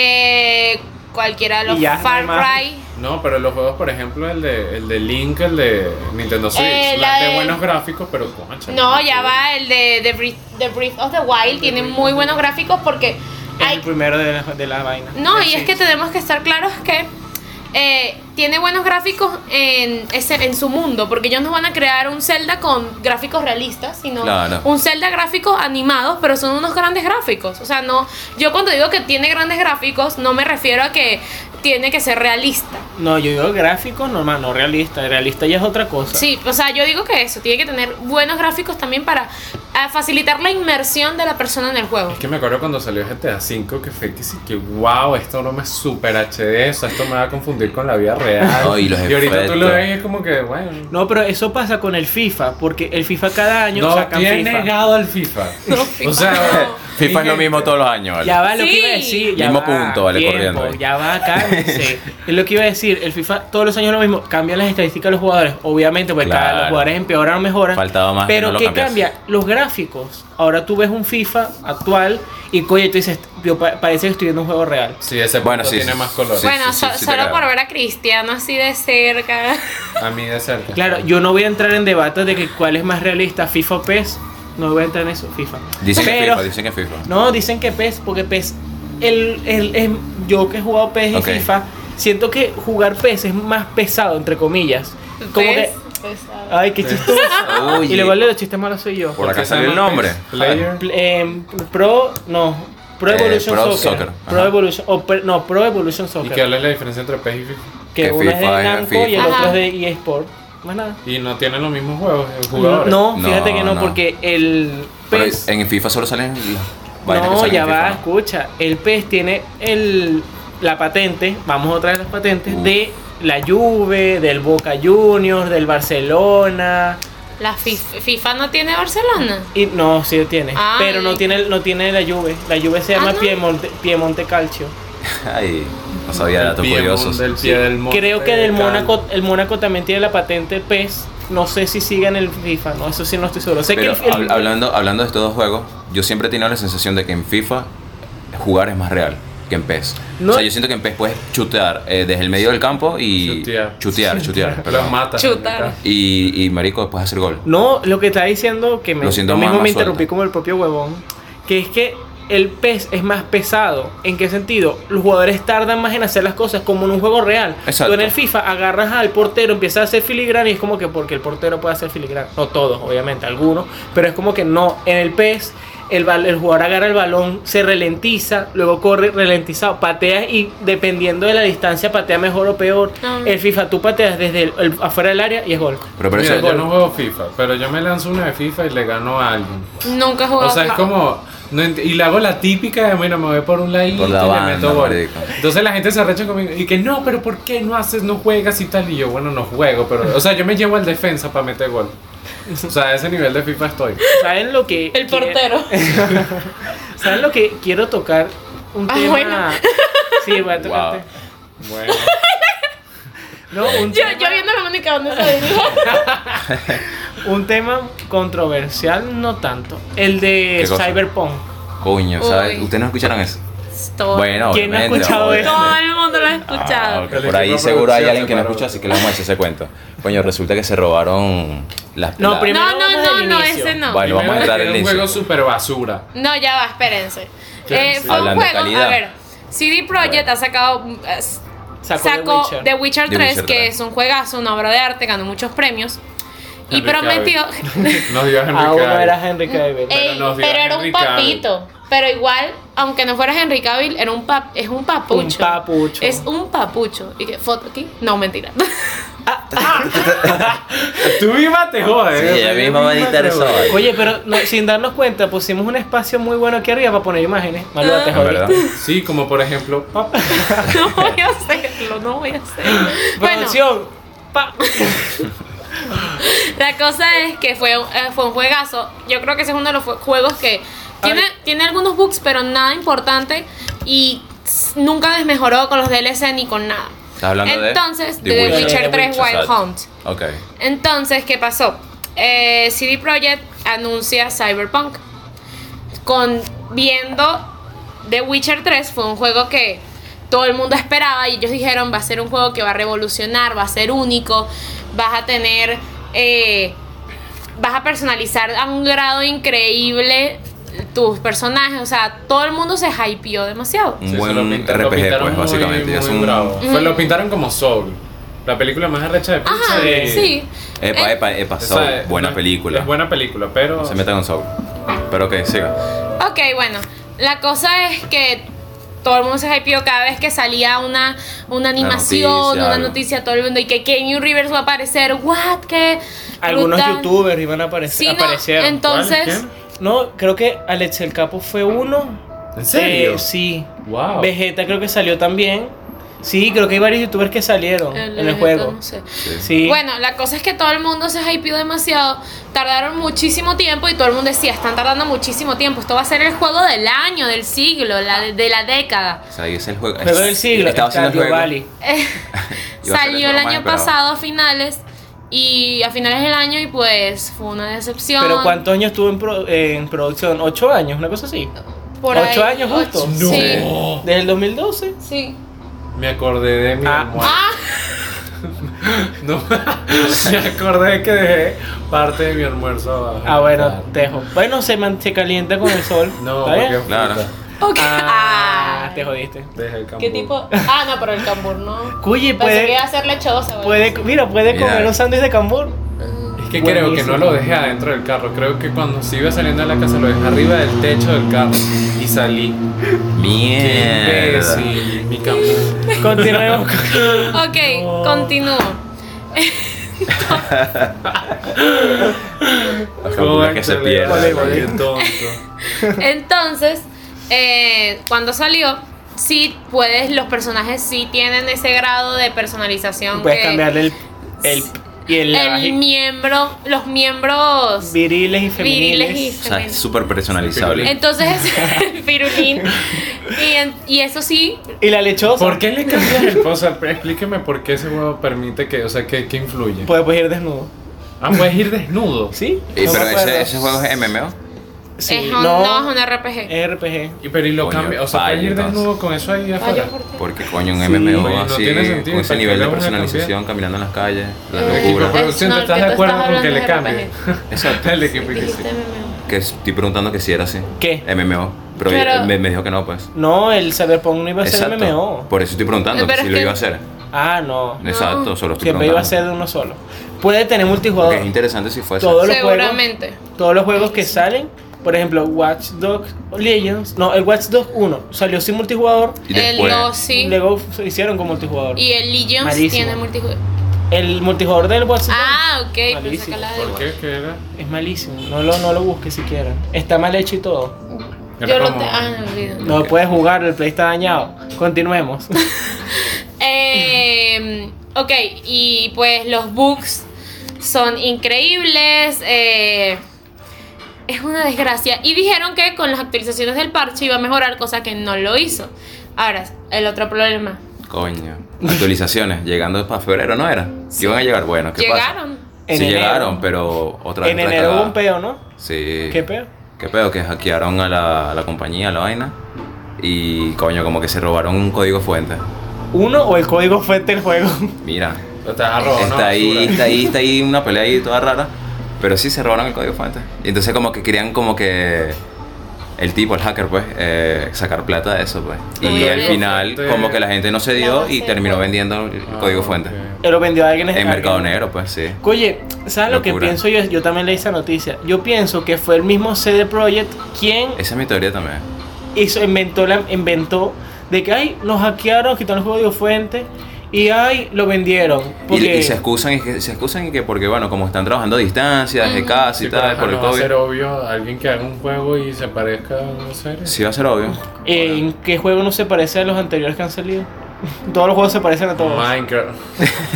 eh, cualquiera de los Y ya, Far no hay más. Cry. No, pero los juegos, por ejemplo, el de, el de Link, el de Nintendo Switch, Eh, la la de de- buenos gráficos, pero concha, No, ya va el de The Breath, The Breath of the Wild, tiene muy buenos gráficos porque Es hay el primero de la, de la vaina. No, Del y es que Sims. tenemos que estar claros que eh, tiene buenos gráficos en, ese, en su mundo, porque ellos no van a crear un Zelda con gráficos realistas, sino Claro. un Zelda gráficos animados, pero son unos grandes gráficos. O sea, no, yo cuando digo que tiene grandes gráficos, no me refiero a que tiene que ser realista. No, yo digo gráficos normal, no realista. Realista ya es otra cosa. Sí, o sea, yo digo que eso, tiene que tener buenos gráficos también para ah, facilitar la inmersión de la persona en el juego. Es que me acuerdo cuando salió GTA V que fue que sí, que wow, esta broma es super HD, o sea, esto me va a confundir con la vida real. Ay, los y ahorita tú lo efectos. ves y es como que, bueno. No, pero eso pasa con el FIFA, porque el FIFA cada año No sacan tiene FIFA. negado al FIFA. No, O sea, no. FIFA es lo gente, mismo todos los años, ¿vale? Ya va lo Sí. que iba a decir. Ya Mismo va, punto, vale, tiempo, corriendo ahí. Ya va, cálmense. es lo que iba a decir. decir, el FIFA todos los años es lo mismo, cambian las estadísticas de los jugadores, obviamente, porque cada- Claro. los jugadores empeoran o mejoran. Faltaba más que Pero no lo ¿qué cambiase. cambia? Los gráficos. Ahora tú ves un FIFA actual y coño, tú dices, yo pa- parece que estoy viendo un juego real. Sí, ese Bueno, bueno, sí, tiene sí, más color. sí. bueno, so- sí te solo creo. por ver a Cristiano así de cerca. A mí de cerca. Claro, yo no voy a entrar en debates de que cuál es más realista, FIFA o PES. No voy a entrar en eso, FIFA. Dicen que Pero- FIFA, dicen que FIFA. No, dicen que PES, porque PES. El, el- em- yo que he jugado PES Ok. y FIFA, siento que jugar PES es más pesado, entre comillas. Como ¿Ves? Pues, que. Pesado. Ay, qué chistoso. Oye. y luego el de los chistes malos soy yo. Por acá ¿Qué se salió el llama? nombre. Player. Pl- em, pro, no. Pro Eh, Evolution Pro Soccer. Soccer, Pro ajá. Evolution. o pre- no, Pro Evolution ¿Y qué Soccer. habla es la diferencia entre PES y FIFA? Que, que uno FIFA es de es Namco y el FIFA. otro Ajá. es de eSport. Más nada. Y no tienen los mismos juegos, eh, No, jugadores. no, No, fíjate que no, no. porque el Pero PES. en FIFA solo salen las vainas que No, salen ya en FIFA, va, ¿no? escucha. El PES tiene el, la patente, vamos otra vez a las patentes, Uh. de la Juve, del Boca Juniors, del Barcelona. La FIFA, FIFA no tiene Barcelona. Y no, sí tiene. Ay. Pero no tiene, no tiene la Juve. La Juve se Ah, llama ¿no? Piemonte, Piemonte Calcio. Ay, no sabía datos pie curiosos. Del pie del monte, Creo que del tal. Mónaco, el Mónaco también tiene la patente PES. No sé si sigan el FIFA, no, eso sí no estoy seguro. Sé Pero que el- el- hab- hablando, hablando de estos dos juegos, yo siempre he tenido la sensación de que en FIFA jugar es más real que en PES. No. O sea, yo siento que en PES puedes chutear eh, desde el medio del campo y Chutear. chutear, chutear, Los perdón. mata. Chutar. y, y marico, después hacer gol. No, lo que está diciendo que me, Lo siento, yo mamá, mismo me suelta. interrumpí como el propio huevón, que es que el pez es más pesado. ¿En qué sentido? Los jugadores tardan más en hacer las cosas como en un juego real. Exacto. Tú en el FIFA agarras al portero, empiezas a hacer filigrana y es como que porque el portero puede hacer filigrana. No todos, obviamente, algunos, pero es como que no. En el pez el, bal- el jugador agarra el balón, se ralentiza, luego corre ralentizado, patea y dependiendo de la distancia patea mejor o peor. Ah. El FIFA tú pateas desde el- el- afuera del área y es gol. Pero, pero Mira, eso- yo no juego FIFA, pero yo me lanzo una de FIFA y le gano a alguien. Nunca he jugado. O sea, es FIFA. como. no ent- y le hago la típica de, bueno, me voy por un ladito Por la y banda, le meto gol. marico. Entonces la gente se arrecha conmigo y que no, pero ¿por qué no haces, no juegas y tal? Y yo, bueno, no juego, pero. O sea, yo me llevo al defensa para meter gol. O sea, a ese nivel de FIFA estoy. ¿Saben lo que el quiero- portero. ¿Saben lo que quiero tocar? Un Ah, tema. bueno. Sí, voy a tocarte. Wow. Bueno, No, un, yo, tema, yo viendo la única donde se dirige. un tema controversial, no tanto. El de ¿Qué cosa? Cyberpunk. Coño, ¿sabes? Uy. ¿Ustedes no escucharon eso? Todo, Bueno, Oh, ¿Quién no ha obviamente, escuchado obviamente. eso? todo el mundo lo ha Ah, escuchado. ok, El Por ahí equipo de seguro hay producción alguien que no separó. escucha, así que le vamos a echar ese cuento. Coño, resulta que se robaron las No, la- primero No, no, vamos no, del no, inicio. ese no. Vale, vamos a Primero entrar que al era un inicio. juego super basura. No, ya va, espérense. Eh, sí. fue un Hablando de juego, calidad. a ver, CD Projekt Bueno. ha sacado... mm, eh, Sacó The sacó Witcher. The Witcher The 3, Witcher que 3. es un juegazo, una obra de arte, ganó muchos premios. Y Henry prometió... Nos dio Henry Ahora Cavill. Ah, era Henry Mm. Cavill. Eh. Ey, nos pero, dio era un Henry Cavill. papito. Pero igual, aunque no fueras Henry Cavill, era un pap, es un papucho. Un papucho. Es un papucho. ¿Y qué? ¿Foto aquí? No, mentira. Tú misma te jodes. Sí, o sea, ella tú misma va a editar te eso. jodes. Oye, pero no, sin darnos cuenta, pusimos un espacio muy bueno aquí arriba para poner imágenes. Ah. Malúa, te En verdad. jodiste. Sí, como por ejemplo, papá. no voy a hacerlo, no voy a hacerlo. Bueno, Producción. Pa. La cosa es que fue, eh, fue un juegazo. Yo creo que ese es uno de los fue- juegos que tiene, tiene algunos bugs, pero nada importante. Y s- nunca desmejoró con los DLC ni con nada. Estás hablando de Entonces, The de The Witcher. Witcher, The 3 Witcher, Wild exacto. Hunt. Ok. Entonces, ¿qué pasó? Eh, CD Projekt anuncia Cyberpunk. Con viendo The Witcher 3 fue un juego que todo el mundo esperaba y ellos dijeron va a ser un juego que va a revolucionar, va a ser único, vas a tener, eh, vas a personalizar a un grado increíble tus personajes, o sea, todo el mundo se hypeó demasiado. Un Sí, buen se lo pinta- lo RPG, pintaron pues, muy, básicamente. muy Es un- bravo. Fue- lo pintaron como Soul. La película más arrecha de Pixar. Ajá, y- sí. Epa, Eh, epa, epa, Esa Soul, es- buena es- película. Es buena película, pero. No se metan con Soul. Pero que siga. Ok, bueno, la cosa es que todo el mundo se hypeó cada vez que salía una, una animación, noticia, una algo. noticia, todo el mundo, y que Kenny Rivers va a aparecer, what, que Algunos youtubers iban a aparecer. sí, no, aparecieron. entonces, ¿Cuál? No, creo que Alex el Capo fue uno. ¿En serio? Eh, sí. Wow. Ah, Vegeta creo que salió también. Sí, creo que hay varios youtubers que salieron en el Legend, juego. no sé. Sí. Bueno, la cosa es que todo el mundo se hypeó demasiado. Tardaron muchísimo tiempo y todo el mundo decía, están tardando muchísimo tiempo. Esto va a ser el juego del año, del siglo, la, de la década. O sea, ahí es el juego. Juego del siglo, Estaba haciendo el Stardew juego. Valley. Iba a ser Salió el el juego más año esperado. pasado a finales y a finales del año y pues fue una decepción. Pero ¿cuántos años estuvo en, pro- en producción? ¿Ocho años? ¿Una cosa así? Por ¿Ocho ahí, años ocho- justo? Sí. ¿Desde el 2012? sí. Oh, Me acordé de mi Ah. almohada. Ah, No, me acordé que dejé parte de mi almuerzo abajo. Ah, bueno, Tejo. Bueno, se, man- se calienta con el sol. No, ¿Está bien? porque Claro. puta, ok. Ah, Ay. te jodiste. dejé el campo. ¿Qué tipo? Ah, no, pero el cambur no. Cuye, Pensé que puede, iba a ser lechosa. ¿verdad? puede, mira, puede Mira. comer un sándwich de cambur. Es que creo que no lo dejé adentro del carro. Creo que cuando se iba saliendo de la casa lo dejé arriba del techo del carro y salí. Mierda. Imbécil, Eh, mi campo. Continuemos. con- Ok, continúo. Los campeones que se Cónchale, pierden. vale, vale, tonto. Entonces, eh, cuando salió, sí puedes, los personajes sí tienen ese grado de personalización. Puedes que cambiarle el, el, y el, el miembro, los miembros viriles y femeniles. viriles y O sea, es femeniles. súper personalizable. Entonces, pirulín. Y, en- y eso sí, Y la lechosa. ¿Por qué le cambias el posal? Explíqueme por qué ese huevo permite que, o sea, que, que influye. Puedes pues, ir desnudo. Ah, puedes ir desnudo. ¿Sí? Eh, No pero me acuerdo. ese, ese juego es MMO. Sí, es un, no. no, Eh, es un RPG. RPG. Y pero y lo Coño, cambia, o sea, puedes vaya, ir entonces. desnudo con eso ahí Vaya, afuera. ¿por qué? Porque coño, un Sí. MMO Oye, no así, tiene sentido, con ¿para ese qué nivel le de vamos a personalización, caminando en las calles, la Eh, Equipo locura. producción, no, ¿te el estás que de tú acuerdo estás con que hablando le es cambie? Exacto. El equipo que sí. Dijiste MMO. Que estoy preguntando que si era así. ¿Qué? MMO. Pero, Pero- ella- me, me dijo que no, pues. No, el Cyberpunk no iba a ser Exacto. Pues, MMO. Por eso estoy preguntando que Pero si es lo que- iba a hacer. Ah, no. Exacto, solo estoy Siempre preguntando. iba a ser de uno solo. Puede tener multijugador. Porque es interesante si fuese. Todo lo- los juegos- Seguramente. Todos los juegos que salen, por ejemplo, Watch Dogs Legends. No, el Watch Dogs 1 salió sin multijugador. Y después, El 2 sí. Luego se hicieron con multijugador. Y el Legions Malísimo. tiene multijugador. El multijugador del Watch Dogs Ah, ok, pensé Malísimo. que la de ¿Por qué? ¿Qué era? es malísimo. No lo, no lo busques siquiera. Está mal hecho y todo. Yo Era no como- te. Ah, no, olvídalo. No puedes jugar, el play está dañado. Continuemos. Eh, ok, y pues los bugs son increíbles. eh, es una desgracia. Y dijeron que con las actualizaciones del parche iba a mejorar, cosa que no lo hizo. Ahora, el otro problema. coño. Actualizaciones, llegando para febrero, ¿no era? Iban a llegar, bueno, ¿qué pasa? Llegaron. En Sí, enero. llegaron, pero otra vez. en otra enero hubo cagada. un peo, ¿no? Sí. ¿Qué peo? ¿Qué pedo? Que hackearon a la, a la compañía, a la vaina. Y coño, como que se robaron un código fuente. ¿Uno o el código fuente del juego? Mira, Lo estás arrobando, está ¿no? ahí, Basura. está ahí, está ahí una pelea ahí toda rara. Pero sí se robaron el código fuente. Y entonces como que querían como que el tipo, el hacker, pues, eh, sacar plata de eso, pues. Y Código al final fuente. como que la gente no se dio y base terminó de- vendiendo el Ah, código fuente. ok. Él lo vendió a alguien En Mercado alguien. Negro, pues sí. Oye, ¿sabes lo que Locura. pienso yo? Yo también leí esa noticia. Yo pienso que fue el mismo CD Projekt quien Esa es mi teoría también. hizo, inventó, la, inventó de que, ay, nos hackearon, quitaron el código fuente y, ay, lo vendieron. Y, Porque y se excusan y que, se excusan y que porque bueno, como están trabajando a distancia, desde casa y Sí, pero tal, ajá, por el no va a COVID. ser obvio alguien que haga un juego y se parezca a una serie. Sí va a ser obvio. ¿En qué juego no se parece a los anteriores que han salido? Todos los juegos se parecen a todos. Minecraft.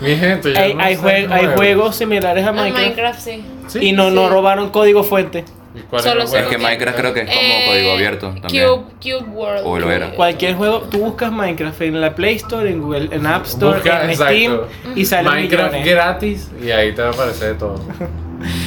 Mi gente, yo hay, no hay, sé jue- hay nuevo. juegos similares a Ah, Minecraft, Minecraft, sí. Sí, y no, no sí. robaron código fuente. ¿y cuál Solo era el sé Es juego? que Minecraft creo que es como Eh, código abierto también. Cube, Cube World. O lo era. Cube- Cualquier juego, tú buscas Minecraft en la Play Store, en Google, en App Store, Busca, en exacto. Steam y salen Minecraft millones. gratis y ahí te va a aparecer de todo.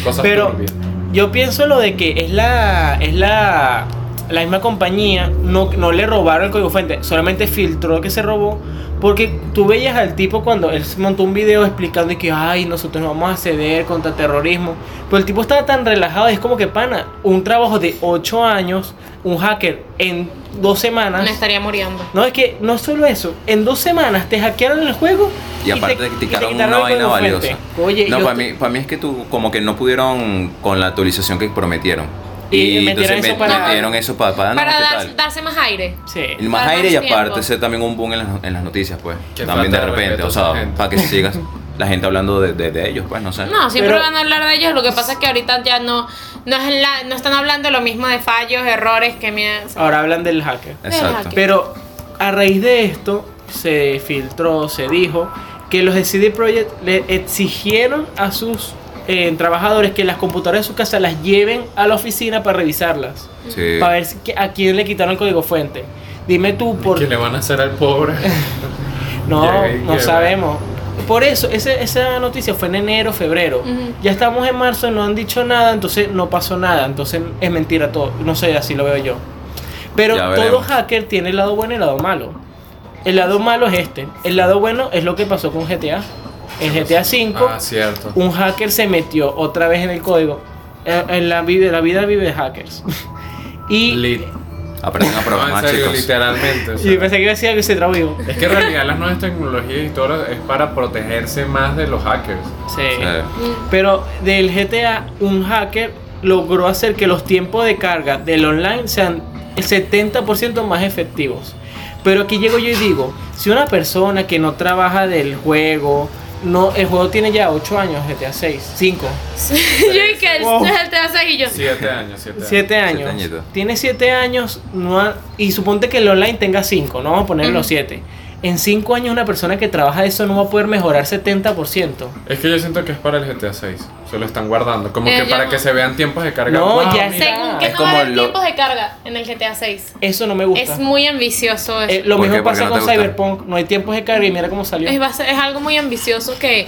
Cosas Pero turbias. yo pienso lo de que es la es la, la misma compañía, no, no le robaron el código fuente, solamente filtró que se robó. Porque tú veías al tipo cuando él se montó un video explicando y que, ay, nosotros no vamos a ceder contra terrorismo. Pero el tipo estaba tan relajado, es como que, pana, un trabajo de 8 años, un hacker en dos Me semanas. estaría muriendo. No, es que no solo eso, en dos semanas te hackearon el juego Y aparte te, y quitaron quitaron una el vaina código valiosa. fuente. Oye, no, yo para te- mí, para mí es que tú como que no pudieron con la actualización que prometieron. Y metieron eso me- para- metieron eso para, para, Ah, no, Para ¿qué dar- tal? darse más aire. Sí. El más Para aire y más aparte tiempo. ser también un boom en las, en las noticias, pues. Qué también de falta de repente, respeto o a esa sea, gente. para que sigas la gente hablando de, de- de ellos, pues, no sé. No, siempre Pero- van a hablar de ellos. Lo que pasa es que ahorita ya no, no, es la- no están hablando lo mismo de fallos, errores que me. Ah, Ahora hablan del hacker. Exacto. Deja que- Pero a raíz de esto, se filtró, se dijo que los de CD Projekt le exigieron a sus eh, trabajadores que las computadoras de su casa las lleven a la oficina para revisarlas, Sí. para ver si- que- a quién le quitaron el código fuente. Dime tú por ¿Qué le van a hacer al pobre? no, Llegué y no llegué. sabemos. Por eso, ese- esa noticia fue en enero, febrero. Ujú. Ya estamos en marzo, no han dicho nada, entonces no pasó nada. Entonces es mentira todo. No sé, así lo veo yo. Pero Ya todo veremos. hacker tiene el lado bueno y el lado malo. El lado malo es este. El lado bueno es lo que pasó con GTA. En GTA V, Ah, cierto. un hacker se metió otra vez en el código. En, en la, vida, la vida vive de hackers. y, Lit. Aprendan a No, en programar, serio, chicos. literalmente. o sea. y pensé que iba a decir algo y se trabó vivo. Es que en realidad las nuevas tecnologías y todo es para protegerse más de los hackers. Eh, Pero del GTA, un hacker logró hacer que los tiempos de carga del online sean el 70% más efectivos. Pero aquí llego yo y digo, si una persona que no trabaja del juego, no, el juego tiene ya 8 años, GTA 6, 5, yo y que el, Wow. el te hace y yo. Siete años, siete años. 7 años. añitos. tiene 7 años no ha- y suponte que el online tenga 5, no vamos a poner los 7. En 5 años una persona que trabaja eso no va a poder mejorar 70%. Es que yo siento que es para el GTA 6. Se lo están guardando. Como Eh, que yo para no. que se vean tiempos de carga. No, Wow, ya mira. sé. Según que Es no va a como haber lo- tiempos de carga en el GTA 6. Eso no me gusta. Es muy ambicioso eso. Eh, lo ¿Por mismo qué? ¿Por qué pasa no te con gusta? Cyberpunk, no hay tiempos de carga y mira cómo salió. Es, va a ser- es algo muy ambicioso que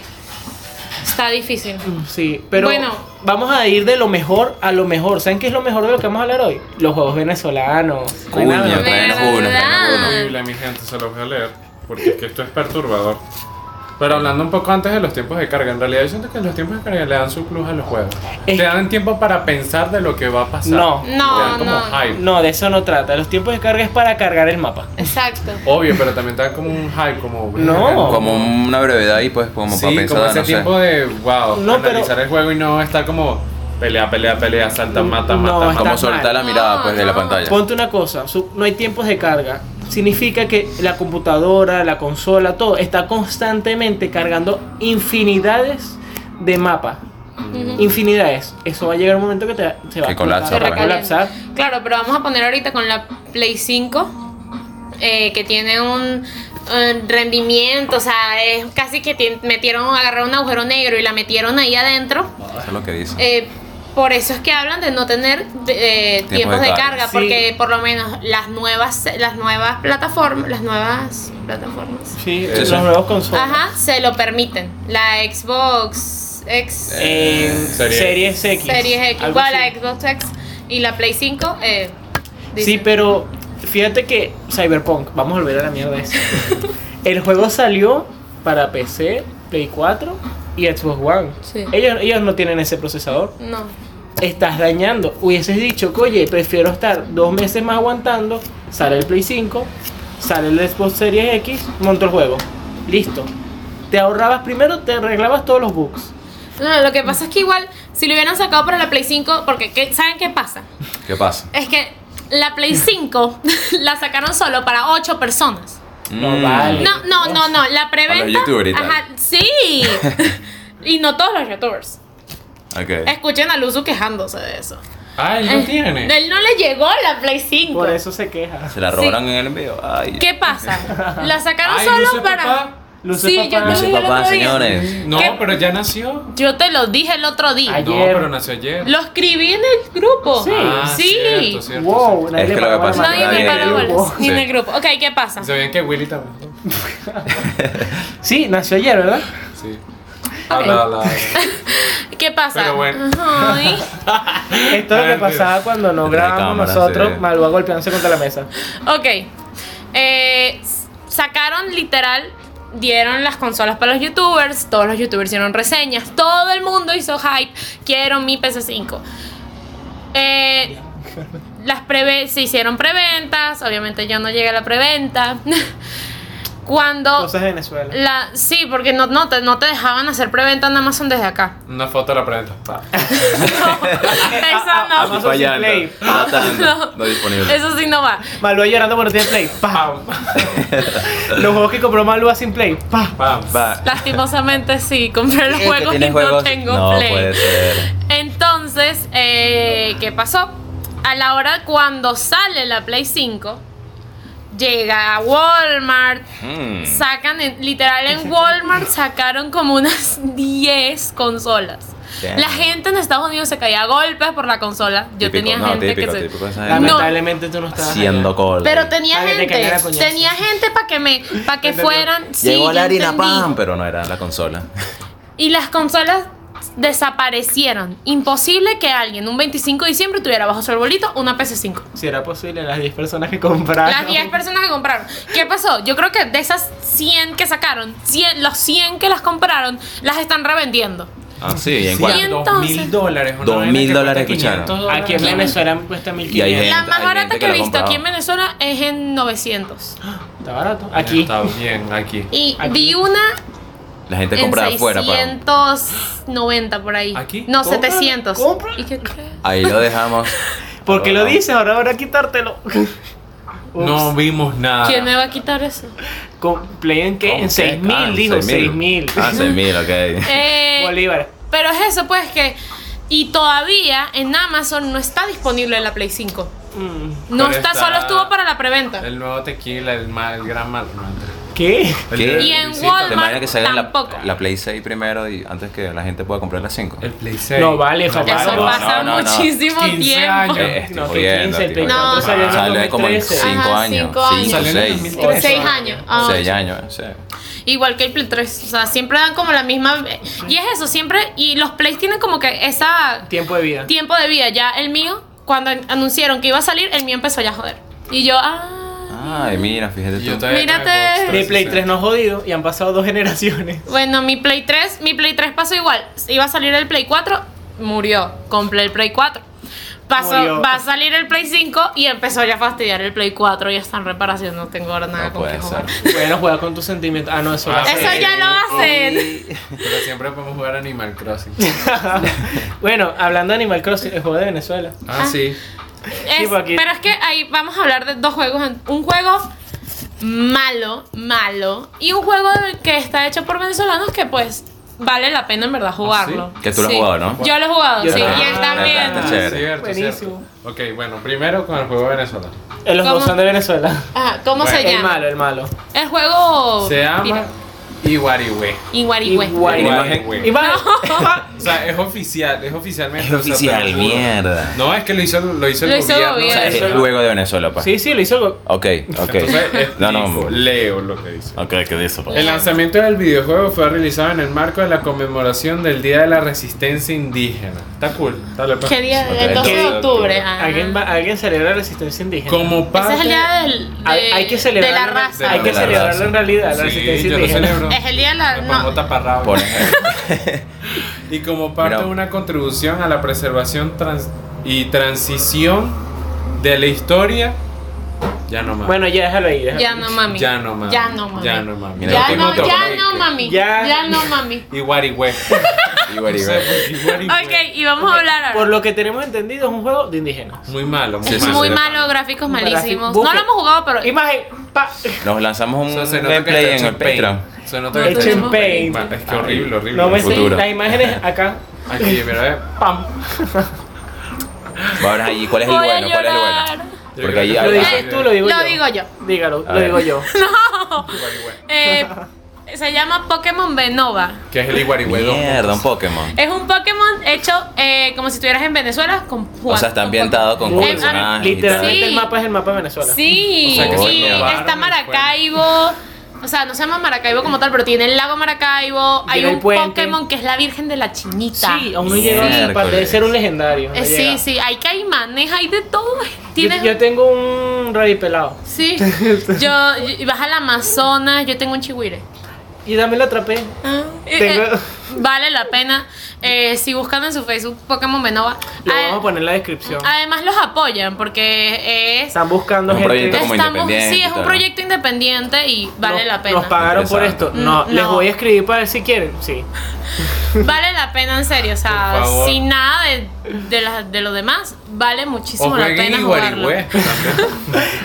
está difícil. Mm, Sí, pero Bueno. vamos a ir de lo mejor a lo mejor. ¿Saben qué es lo mejor de lo que vamos a hablar hoy? Los juegos venezolanos. No hay Coño, nada. tráenos uno, tráenos uno. Horrible, mi gente, se los voy a leer. Porque es que esto es perturbador. Pero hablando un poco antes de los tiempos de carga, en realidad yo siento que los tiempos de carga le dan su plus a los juegos. Es- Te dan tiempo para pensar de lo que va a pasar. No. Te dan No, como no. hype. No, de eso no trata. Los tiempos de carga es para cargar el mapa. Exacto. Obvio, pero también te dan como un hype, como. No. Como una brevedad y pues como sí, para como pensar, ese no sé. tiempo de wow, No, pero- analizar el juego y no estar como pelea, pelea, pelea, salta, mata, No, mata, mata. está- Como soltar la mal. mirada pues de la No, pantalla. Ponte una cosa, su- no hay tiempos de carga. Significa que la computadora, la consola, todo está constantemente cargando infinidades de mapa. Infinidades. Eso va a llegar un momento que te, se va Que a colapsa, explotar, va a pues. colapsar. Claro, pero vamos a poner ahorita con la Play 5. eh, que tiene un, eh, rendimiento, o sea, es casi que tien- metieron, agarraron un agujero negro y la metieron ahí adentro. Eso es lo que dice. Eh, por eso es que hablan de no tener de- eh, Tiempos tiempos de de carga. carga, Sí. porque por lo menos las nuevas, las nuevas plataformas, las nuevas plataformas, Eh, Sí, Sí, sí. los nuevos consolas. ajá, se lo permiten. La Xbox X, Eh, Series- series X. Series X, algo bueno, así. la Xbox X y la Play 5. eh, Sí, dicen. pero fíjate que Cyberpunk, vamos a volver a la mierda esa. El juego salió para PC, Play 4 y Xbox One. Sí. Ellos, ellos no tienen ese procesador. no. Estás dañando. Hubieses dicho que, oye, prefiero estar dos meses más aguantando. Sale el Play 5, sale el Xbox Series X, monto el juego. Listo. Te ahorrabas primero, te arreglabas todos los bugs. No, lo que pasa es que igual, si lo hubieran sacado para la Play 5, porque ¿qué- ¿saben qué pasa? ¿Qué pasa? Es que la Play 5 la sacaron solo para 8 personas. No Mm. vale. No, no, no, no. La preventa. A los youtubers y tal. Ajá, sí. y no todos los youtubers. Ok. Escuchen a Luzu quejándose de eso. Eh, Ah, él no tiene. Él no le llegó la Play 5. Por eso se queja. Se la robaron en el envío. Ay. ¿Qué pasa? La sacaron Ay, solo Luce para. Papá. Luce sí, papá. yo te lo Luce dije el papá, otro día. señores. No, ¿Qué? pero ya nació. Yo te lo dije el otro día. Ay, No, Ayer. pero nació ayer. Lo escribí en el grupo. Sí. Ah, Sí. Cierto, cierto, Wow, cierto. nadie Es le que lo que paraba pasa la es que Nadie mano. me nadie paró le bolas. llegó. Ni en Sí. el grupo. Ok, ¿qué pasa? Sabían que Willy también. Sí, nació ayer, ¿verdad? Sí. Habla, habla, habla. ¿Qué pasa? Pero bueno. Ay. Esto es lo que Mentira. pasaba cuando no Detrás de grabamos cámaras, nosotros, sí. Malva golpeándose contra la mesa. Ok. Eh, s- sacaron literal, dieron las consolas para los youtubers, todos los youtubers hicieron reseñas, todo el mundo hizo hype, quiero mi PS5. Eh, las preve se hicieron preventas, obviamente yo no llegué a la preventa. Cuando... Cosas de Venezuela. La, sí, porque no, no, te, no te dejaban hacer preventa en Amazon desde acá. Una foto de la prenda. Pa. Eso Y Amazon no. sin fallando. play. Tratando. No. No disponible. Eso sí no va. Malva llorando cuando tiene play. ¡Pam! Los juegos que compró Malva sin play. ¡Pam! Pam. Va. Lastimosamente sí, compré los ¿Qué juegos y tienes no juegos? tengo No play. puede ser. Entonces, eh, ¿qué pasó? A la hora cuando sale la Play 5, llega a Walmart, Mm. sacan, en- literal en Walmart sacaron como unas 10 consolas. Damn. La gente en Estados Unidos se caía a golpes por la consola. Yo Típico, tenía no, gente típico, que se... típico, esa gente No, Lamentablemente tú no estabas. Haciendo allá. cola. pero tenía Para que te gente, cayera coñazo. tenía gente para que me, para que Entendió. fueran. sí, Llegó la yo harina entendí. pan, pero no era la consola. Y las consolas desaparecieron. Imposible que alguien un 25 de diciembre tuviera bajo su arbolito una PS5. Si era posible, las 10 personas que compraron. Las 10 personas que compraron. ¿Qué pasó? Yo creo que de esas 100 que sacaron, 100, los 100 que las compraron, las están revendiendo. Ah, sí, ¿y en Sí, cuál? en- Dos mil entonces? dólares. una Dos vaina mil que cuesta dólares, escucharon. 500 dólares. Aquí en ¿Quién? Venezuela cuesta 1500. Y hay gente- La más hay barata gente que que he la visto compraba. aquí en Venezuela es en 900. Está barato. Aquí. Está bien, aquí. Y Aquí. vi una La gente en compra de afuera, pero 690 por ahí. ¿Aquí? No, Compra, 700. compra. ¿Y qué crees? ahí lo dejamos. ¿Por qué lo Ahora- dices? Ahora habrá quitártelo. No vimos Ah. nada. ¿Quién me va a quitar eso? ¿Play en qué? En ¿Con 6000, Ah, dijo. 6.000. 6000. Ah, 6.000, ok. Eh, Bolívares. Pero es eso, pues que. Y todavía en Amazon no está disponible la Play 5. Mm. No Pero está, está- solo estuvo para la preventa. El nuevo tequila, el, ma- el gran mal. no, ¿Qué? el- ¿Qué? el- Y en sí, ¿Te Walmart- imaginas que salga la, Tampoco. la Play 6 primero y antes que la gente pueda comprar la 5? El Play 6. No vale, No, papá. Eso no, no, pasa no, no. muchísimo 15 tiempo. años. Eh, estoy No, que jodiendo, 15, el estoy Play jodiendo. cuatro salió en Sale como en 2013. 5 Ajá, años. cinco años. 5, Salió en el 6. 2013. Seis años. Ah, 6 años, sí. Igual que el Play 3. O sea, siempre dan como la misma. Y es eso, siempre. Y los Plays tienen como que esa Tiempo de vida. tiempo de vida. Ya el mío, cuando an- anunciaron que iba a salir, el mío empezó ya a joder. Y yo, ah. Ay, mira, fíjate Yo tú. todavía no Mírate. he puesto De Play 360. 3 no jodido y han pasado dos generaciones. Bueno, mi Play 3, mi Play 3 pasó igual. Iba a salir el Play 4, murió. Compré el Play 4. Pasó, Murió. va a salir el Play 5 y empezó ya a fastidiar el Play 4. Ya está en reparación, no tengo ahora nada No con qué puede ser. jugar. Bueno, juega con tus sentimientos. Ah, no, eso lo Ah, hace. Eso ya lo hacen. Pero siempre podemos jugar Animal Crossing. Bueno, hablando de Animal Crossing, el juego de Venezuela. Ah, sí. Es- Sí, porque- pero es que ahí vamos a hablar de dos juegos. en- Un juego malo, malo. Y un juego de- que está hecho por venezolanos que pues vale la pena en verdad jugarlo. Ah, Que tú lo has Sí. jugado, ¿no? Yo lo he jugado, Yo sí. también. Y él Ah, también. Está chévere. Cierto, Buenísimo. cierto. Ok, bueno, primero con el juego venezolano. Eh, Los dos ¿Cómo? son de Venezuela. Ajá, ¿Cómo Bueno, se El llama? malo, el malo. El juego. Se llama Mira. Iguarigüe. Iguarigüe. Igual. Iguarigüe. Y va. O sea, es oficial, es oficialmente. Es o sea, oficial, pero juro. mierda. No, es que lo hizo, lo hizo el Lo hizo el gobierno. O sea, gobierno. es el juego de Venezuela, pa. Sí, sí, lo hizo. Ok, ok. Entonces, es- No, no. leo lo que dice. Ok, ¿qué dice, pa? El lanzamiento del videojuego fue realizado en el marco de la conmemoración del Día de la Resistencia Indígena. Está cool. Dale, pues. ¿Qué día? Ok, El 12 de entonces- octubre. ah. Alguien, va- alguien celebra la resistencia indígena. Como Ese parte. es el día del, de, Hay, hay que de la celebrar. raza. Hay que De la celebrarlo raza. en realidad, la Sí, resistencia yo lo indígena. celebro. Es el día de la. Me pongo No. taparrabo. Por ejemplo. Y como parte Mira. de una contribución a la preservación trans- y transición de la historia, ya no más. Bueno, ya déjalo ahí. déjalo Ya ahí. no mami. ya no más. Ya no mami. Ya no mami. Mira, Ya yo no, tengo ya otro. no mami. Ya. Ya no mami. Y guarigüe. Igual, igual. pues. Ok, y vamos a hablar Por ahora. lo que tenemos entendido, es un juego de indígenas. Muy malo, muy Sí, sí, malo. Muy sí. malo, gráficos Gráfico- malísimos. No busca- lo hemos jugado, pero. Imagen. Pa. Nos lanzamos O un sea, se nota que gameplay está en hecho el en Paint. Patreon. Se nota que Hecho está en Paint. Paint. Es que horrible, horrible. No me sé. pues, Futuro. Las imágenes acá. Aquí, pero eh, Pam. Vamos a ver, ¿y cuál es el Voy a bueno? ¿Cuál es el llorar. bueno? Porque ahí Yo Lo creo habla. dices tú, lo digo yo. Lo digo yo. Dígalo, A lo ver. digo yo. Iguarigüe. Eh, se llama Pokémon Venova. Que es el Iguarigüe 2. Mierda, un Pokémon. Es un Pokémon hecho eh, como si estuvieras en Venezuela con O sea, está ambientado con Em, Google, ah, personajes y tal. Literalmente Sí. el mapa es el mapa de Venezuela. Sí, O sea, que se y clavaron está en el puente. Maracaibo. O sea, no se llama Maracaibo como tal, pero tiene el lago Maracaibo. Hay Tiene el un puente. Pokémon que es la Virgen de la Chinita. Sí, aún no llega a esa parte. Debe ser un legendario. no Eh, sí, llega. sí, hay caimanes, hay de todo. Yo, Tienes, yo tengo un rey pelado. Sí, yo, y vas al Amazonas, yo tengo un chihuire. Y también lo atrapé. Eh, Tengo- eh, vale la pena. Eh, si buscan en su Facebook Pokémon Ah, Venova. Lo Ade- vamos a poner en la descripción. Además los apoyan porque es... Están buscando Es un gente. proyecto como independiente sí, y es un tal. proyecto independiente y vale Nos- la pena. Nos pagaron por esto. Interesante. No, Mm, les no. voy a escribir para ver si quieren. Sí. Vale la pena en serio, o sea, Por favor. sin nada de, de, la- de lo demás, vale O muchísimo la jueguen pena jugarlo. Iguarigüe.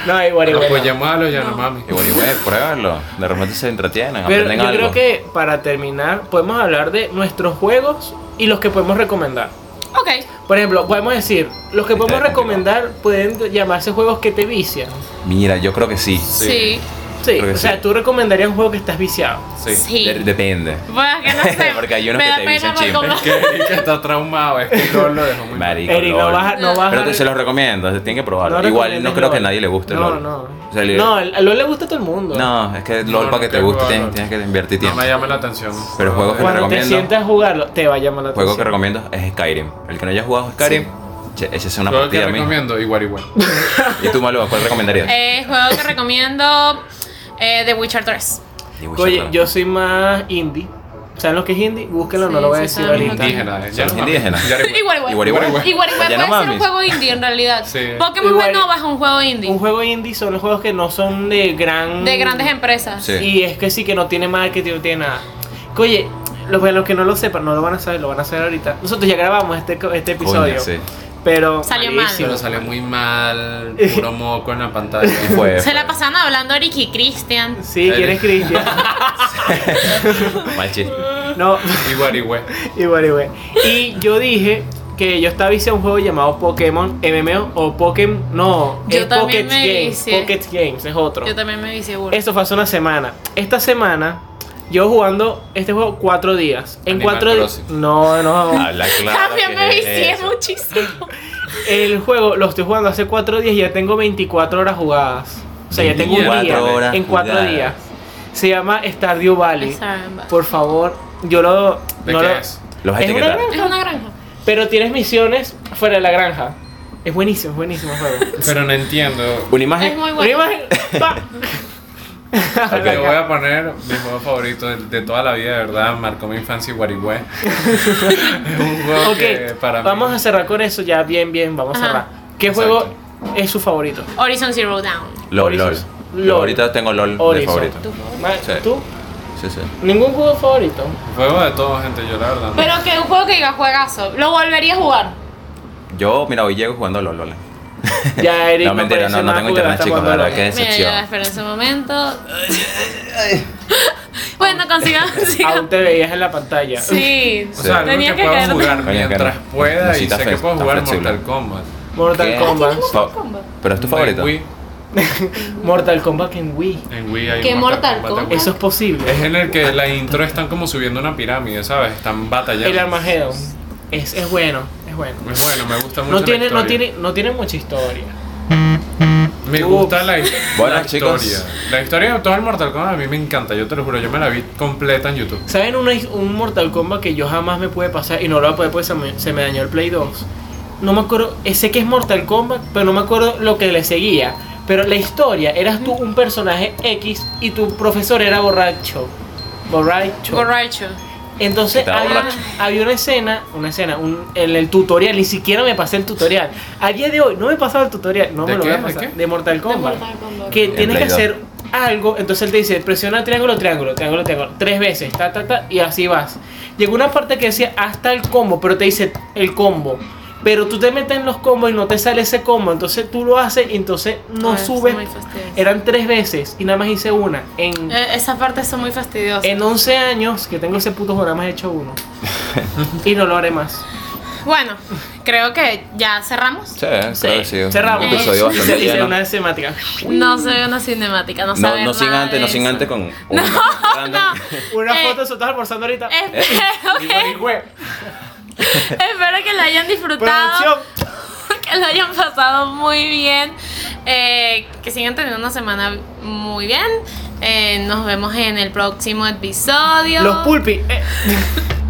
No, igual, igual. pues Apoyamos a los Yanomami. Igual, igual, pruébenlo. De repente se entretienen, Pero aprenden yo creo algo. que para terminar podemos hablar de nuestros juegos y los que podemos recomendar. Ok. Por ejemplo, podemos decir, los que Está podemos complicado. recomendar pueden llamarse juegos que te vician. Mira, yo creo que sí. Sí. Sí, Creo que o sea, sí. tú recomendarías un juego que estás viciado. Sí. De- depende. Bueno, Pues que no sé. Porque hay unos que Me da te pena dicen chismes. recomendar. Que Eric está traumado, es que no lo dejó muy mal. Marico, Eric, no LOL. vas a... No vas Pero a- te, se los recomiendo, se tienen que probarlo. no Igual recomiendes no creo que a LOL. nadie le guste no, LOL. No, O sea, le- no. el- a LOL le gusta a todo el mundo. No, es que LOL No, para no que te quiero guste jugar tienes, LOL. tienes que invertir No tiempo. me llama la atención. Pero juegos que- que... Cuando te recomiendo. sientas a jugarlo, te va a llamar la El juego que atención. recomiendo es Skyrim. El que no haya jugado Skyrim, che, échese una Juego que partida a mí. recomiendo, igual, igual. ¿Y tú, Malúa, cuál recomendarías? Eh, juego que recomiendo eh, The Witcher 3. The Witcher Oye, Three. yo soy más indie. ¿Saben lo que es indie? Búsquenlo, no Sí, lo voy a sí, decir saben lo ahorita. que es. Indígena, eh, Son no indígenas. mames. Igual, Ya igual. Igual, Igual, igual. igual. Ya no puede ser mames. un juego indie en realidad. Sí. Pokémon Igual. Nova es un juego Un indie. juego indie son los juegos que no son de gran. De grandes em- empresas. Sí. Y es que sí, que no tiene marketing, no tiene nada. Que, Oye, los, bueno, los que no lo sepan, no lo van a saber, lo van a saber ahorita. Nosotros ya grabamos este, co- este Coño, episodio. sí. Pero. Salió mal. malísimo. Pero sale muy mal, puro moco en la pantalla. Y fue. Se la pasaban hablando Eric y Christian. Sí, ¿quién es Cristian? Mal chiste. no, Igual, igual. y bueno, güey. Y yo dije que yo estaba viciado a un juego llamado Pokémon MMO o Pokémon. No, Yo es también Pocket me Games. vicié. Pocket Games es otro. Yo también me hice burro. Eso fue hace una semana. Esta semana, yo jugando este juego cuatro días. En Animal cuatro días. Crossing. No, no. Habla claro. También que me es vicié eso. muchísimo. El juego lo estoy jugando hace cuatro días y ya tengo 24 horas jugadas. O sea, ya tengo un 24 día horas en cuatro jugadas. días. Se llama Stardew Valley. Samba. Por favor, yo lo. ¿De no qué lo- es? Los vas a Es una etiquetar. gran- Es una granja. Pero tienes misiones fuera de la granja. Es buenísimo, es buenísimo el juego. Pero no entiendo. Una imagen. Es muy Una bueno. imagen. pa. Yo voy a poner mi juego favorito de, de toda la vida, de verdad, marcó mi infancia y Guarigüe. es un juego que Ok, para mí. vamos a cerrar con eso ya, bien, bien, vamos Ajá. a cerrar. ¿Qué Exacto. juego es su favorito? Horizon Zero Down. LOL, LOL. Horizon. Yo ahorita tengo LOL de Horizon. favorito. Tu- Ma- Sí. ¿Tú? Sí, sí. ¿Ningún juego favorito? Juego de todo, gente, yo la verdad. no. Pero que un juego que diga juegazo. Lo volvería a jugar. Yo, mira, hoy llego jugando LOL, LOL. Ya, Eric. No, mentira, parece no, no más tengo jugador internet, hasta chicos, la cuando verdad lo- que Mira, yo excepción. espero ese momento. bueno, consigamos. Aún te veías en la pantalla. Sí. O sea, algo Tenía que, que pueda caerme. jugar Coño, mientras que no. pueda y Necesitas sé que flex- puedo está jugar flexible. Mortal Kombat. Mortal ¿Qué? Kombat. Fa- Pero es tu favorito. En Wii, Mortal Kombat en Wii. en Wii hay ¿Qué Mortal Kombat? Eso es posible. Es en el que la intro están como subiendo una pirámide, ¿sabes? Están batallando. El Armageddon. Es, es bueno, es bueno. Es bueno, me gusta mucho. No la tiene, no, historia. tiene, no tiene mucha historia. Me gusta la, Bueno, la chicos. historia. La historia de todo el Mortal Kombat a mí me encanta, yo te lo juro, yo me la vi completa en YouTube. ¿Saben una his- un Mortal Kombat que yo jamás me pude pasar y no lo voy a poder porque se me, se me dañó el Play 2? No me acuerdo, eh, sé que es Mortal Kombat, pero no me acuerdo lo que le seguía. Pero la historia, eras tú un personaje X y tu profesor era borracho. Borracho. Borracho. Entonces Estaba había, borracho. había una escena, una escena, un- en el tutorial, ni siquiera me pasé el tutorial. A día de hoy no me he pasado el tutorial, no ¿De me lo qué? voy a ¿De pasar. qué? De Mortal Kombat. Mortal Kombat. Que En tienes Play que dos. hacer algo, entonces él te dice, presiona triángulo, triángulo, triángulo, triángulo, tres veces, ta, ta, ta, y así vas. Llegó una parte que decía hasta el combo, pero te dice el combo. Pero tú te metes en los combos y no te sale ese combo, entonces tú lo haces y entonces no Ay, son subes. Ah, muy fastidiosos. Eran tres veces y nada más hice una. En, Eh, esas partes son muy fastidiosas. en 11 años que tengo ese puto programa más hecho uno. y no lo haré más. Bueno, creo que ya cerramos. Sí, creo que sí. Un Cerramos. episodio Y bastante se hice lleno. una temática. No se ve una cinemática, no, No, sabe no sin nada antes, de no sin eso. antes con. No, no. Una Eh, foto de eso estás almorzando ahorita. Eh, Espero que, espero que la hayan disfrutado, Producción. que lo hayan pasado muy bien, eh, que sigan teniendo una semana muy bien. Eh, nos vemos en el próximo episodio. Los pulpis. eh.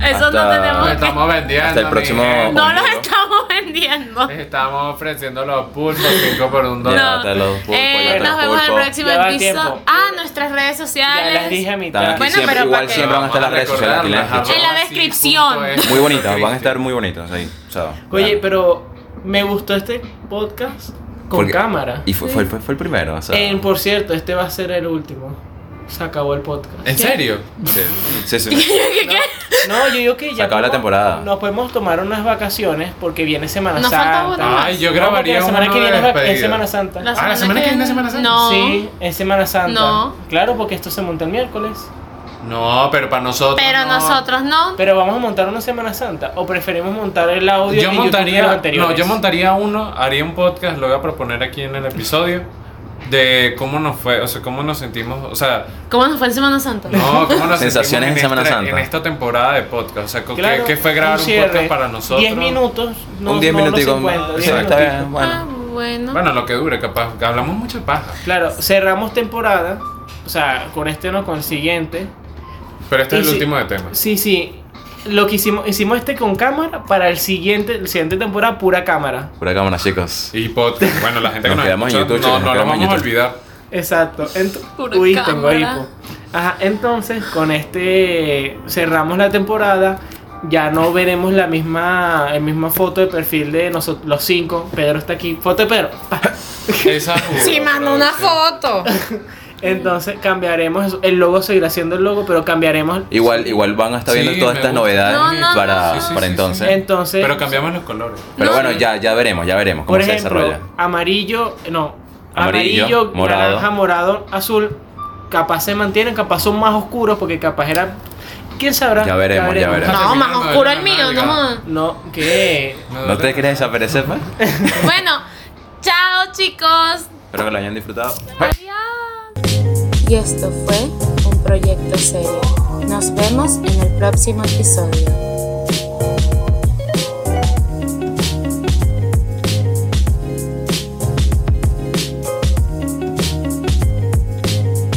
Eso no Hasta- Nos tenemos que... estamos vendiendo. Hasta el próximo- mijo. No los conmigo. estamos vendiendo. Les estamos ofreciendo los pulsos 5 por un No. dólar. Eh, nos vemos en el próximo Ya va episodio. tiempo. Ah, nuestras redes Ya sociales. las dije a mitad. Bueno, siempre, pero igual para que- siempre van a estar las redes sociales. aquí las Recordarlas, escuchan. En la arroba descripción. sí punto es. Muy bonitas, van a estar muy bonitas ahí. o sea, Oye, claro. pero me gustó este podcast con Porque- cámara. Y fue, fue, fue, fue el primero, o sea. En- por cierto, este va a ser el último. Se acabó el podcast. ¿En serio? Sí, sí, sí. No, yo digo que ya. Se acabó la podemos- temporada. Nos podemos tomar unas vacaciones porque viene Semana Nos falta Santa. uno más. Ay, yo No, porque grabaría la uno semana que de viene es va- es despedida. Semana Santa. Ah, ¿la semana que viene es Semana Santa? No. Sí, es Semana Santa. No. Claro, porque esto se monta el miércoles. No, pero para nosotros. Pero no. nosotros no. Pero vamos a montar una Semana Santa o preferimos montar el audio Yo en YouTube de los montaría, anteriores? no, yo montaría uno, haría un podcast, lo voy a proponer aquí en el episodio de cómo nos fue, o sea, cómo nos sentimos, o sea, ¿Cómo nos fue en Semana Santa? Ah, no, cómo nos Sensaciones en sentimos Semana esta- Santa. en esta temporada de podcast, o sea, co- ¿qué- Claro, ¿qué, fue grabar un, cierre, podcast para nosotros? 10 minutos, no, un 10 no los minutico. 50, o 10 sea, está minuticos. bien, Ah, bueno. bueno. Bueno, lo que dure, capaz, que hablamos mucha paja, Claro, cerramos temporada, o sea, con este no, con el siguiente. pero este Y es el si- último de temas. Sí, sí. Lo que hicimos, hicimos este con cámara para el siguiente, la siguiente temporada, pura cámara. Pura cámara, chicos. Y podcast, bueno, la gente que Nos nos, quedamos en escucha, YouTube, no, chicos, nos no lo quedamos en vamos a YouTube. olvidar. Exacto. Ent- Pura Uy, tengo cámara. hipo. Ajá, entonces con este cerramos la temporada. Ya no veremos la misma, el misma foto de perfil de nosotros, los cinco. Pedro está aquí. Foto de Pedro. Pa. Esa Sí, mandó una foto. Entonces cambiaremos. eso. El logo seguirá siendo el logo, pero cambiaremos. Igual, igual van a estar Sí, viendo todas me estas gusta. novedades No, no, para, no. Sí, sí, para sí, entonces. Entonces, Pero cambiamos los colores. Pero No, bueno, no. ya, ya veremos, ya veremos cómo por se ejemplo, desarrolla. amarillo, no, Amarillo, amarillo, morado. naranja, morado, azul. Capaz se mantienen, capaz son más oscuros porque capaz era. ¿Quién sabrá? Ya veremos, ya veremos. No, más no, no, oscuro no, el no, mío, no. no más. No, ¿qué? ¿No te quieres desaparecer, pues? Bueno, chao chicos. Espero que lo hayan disfrutado. Adiós. Y esto fue un proyecto serio. Nos vemos en el próximo episodio.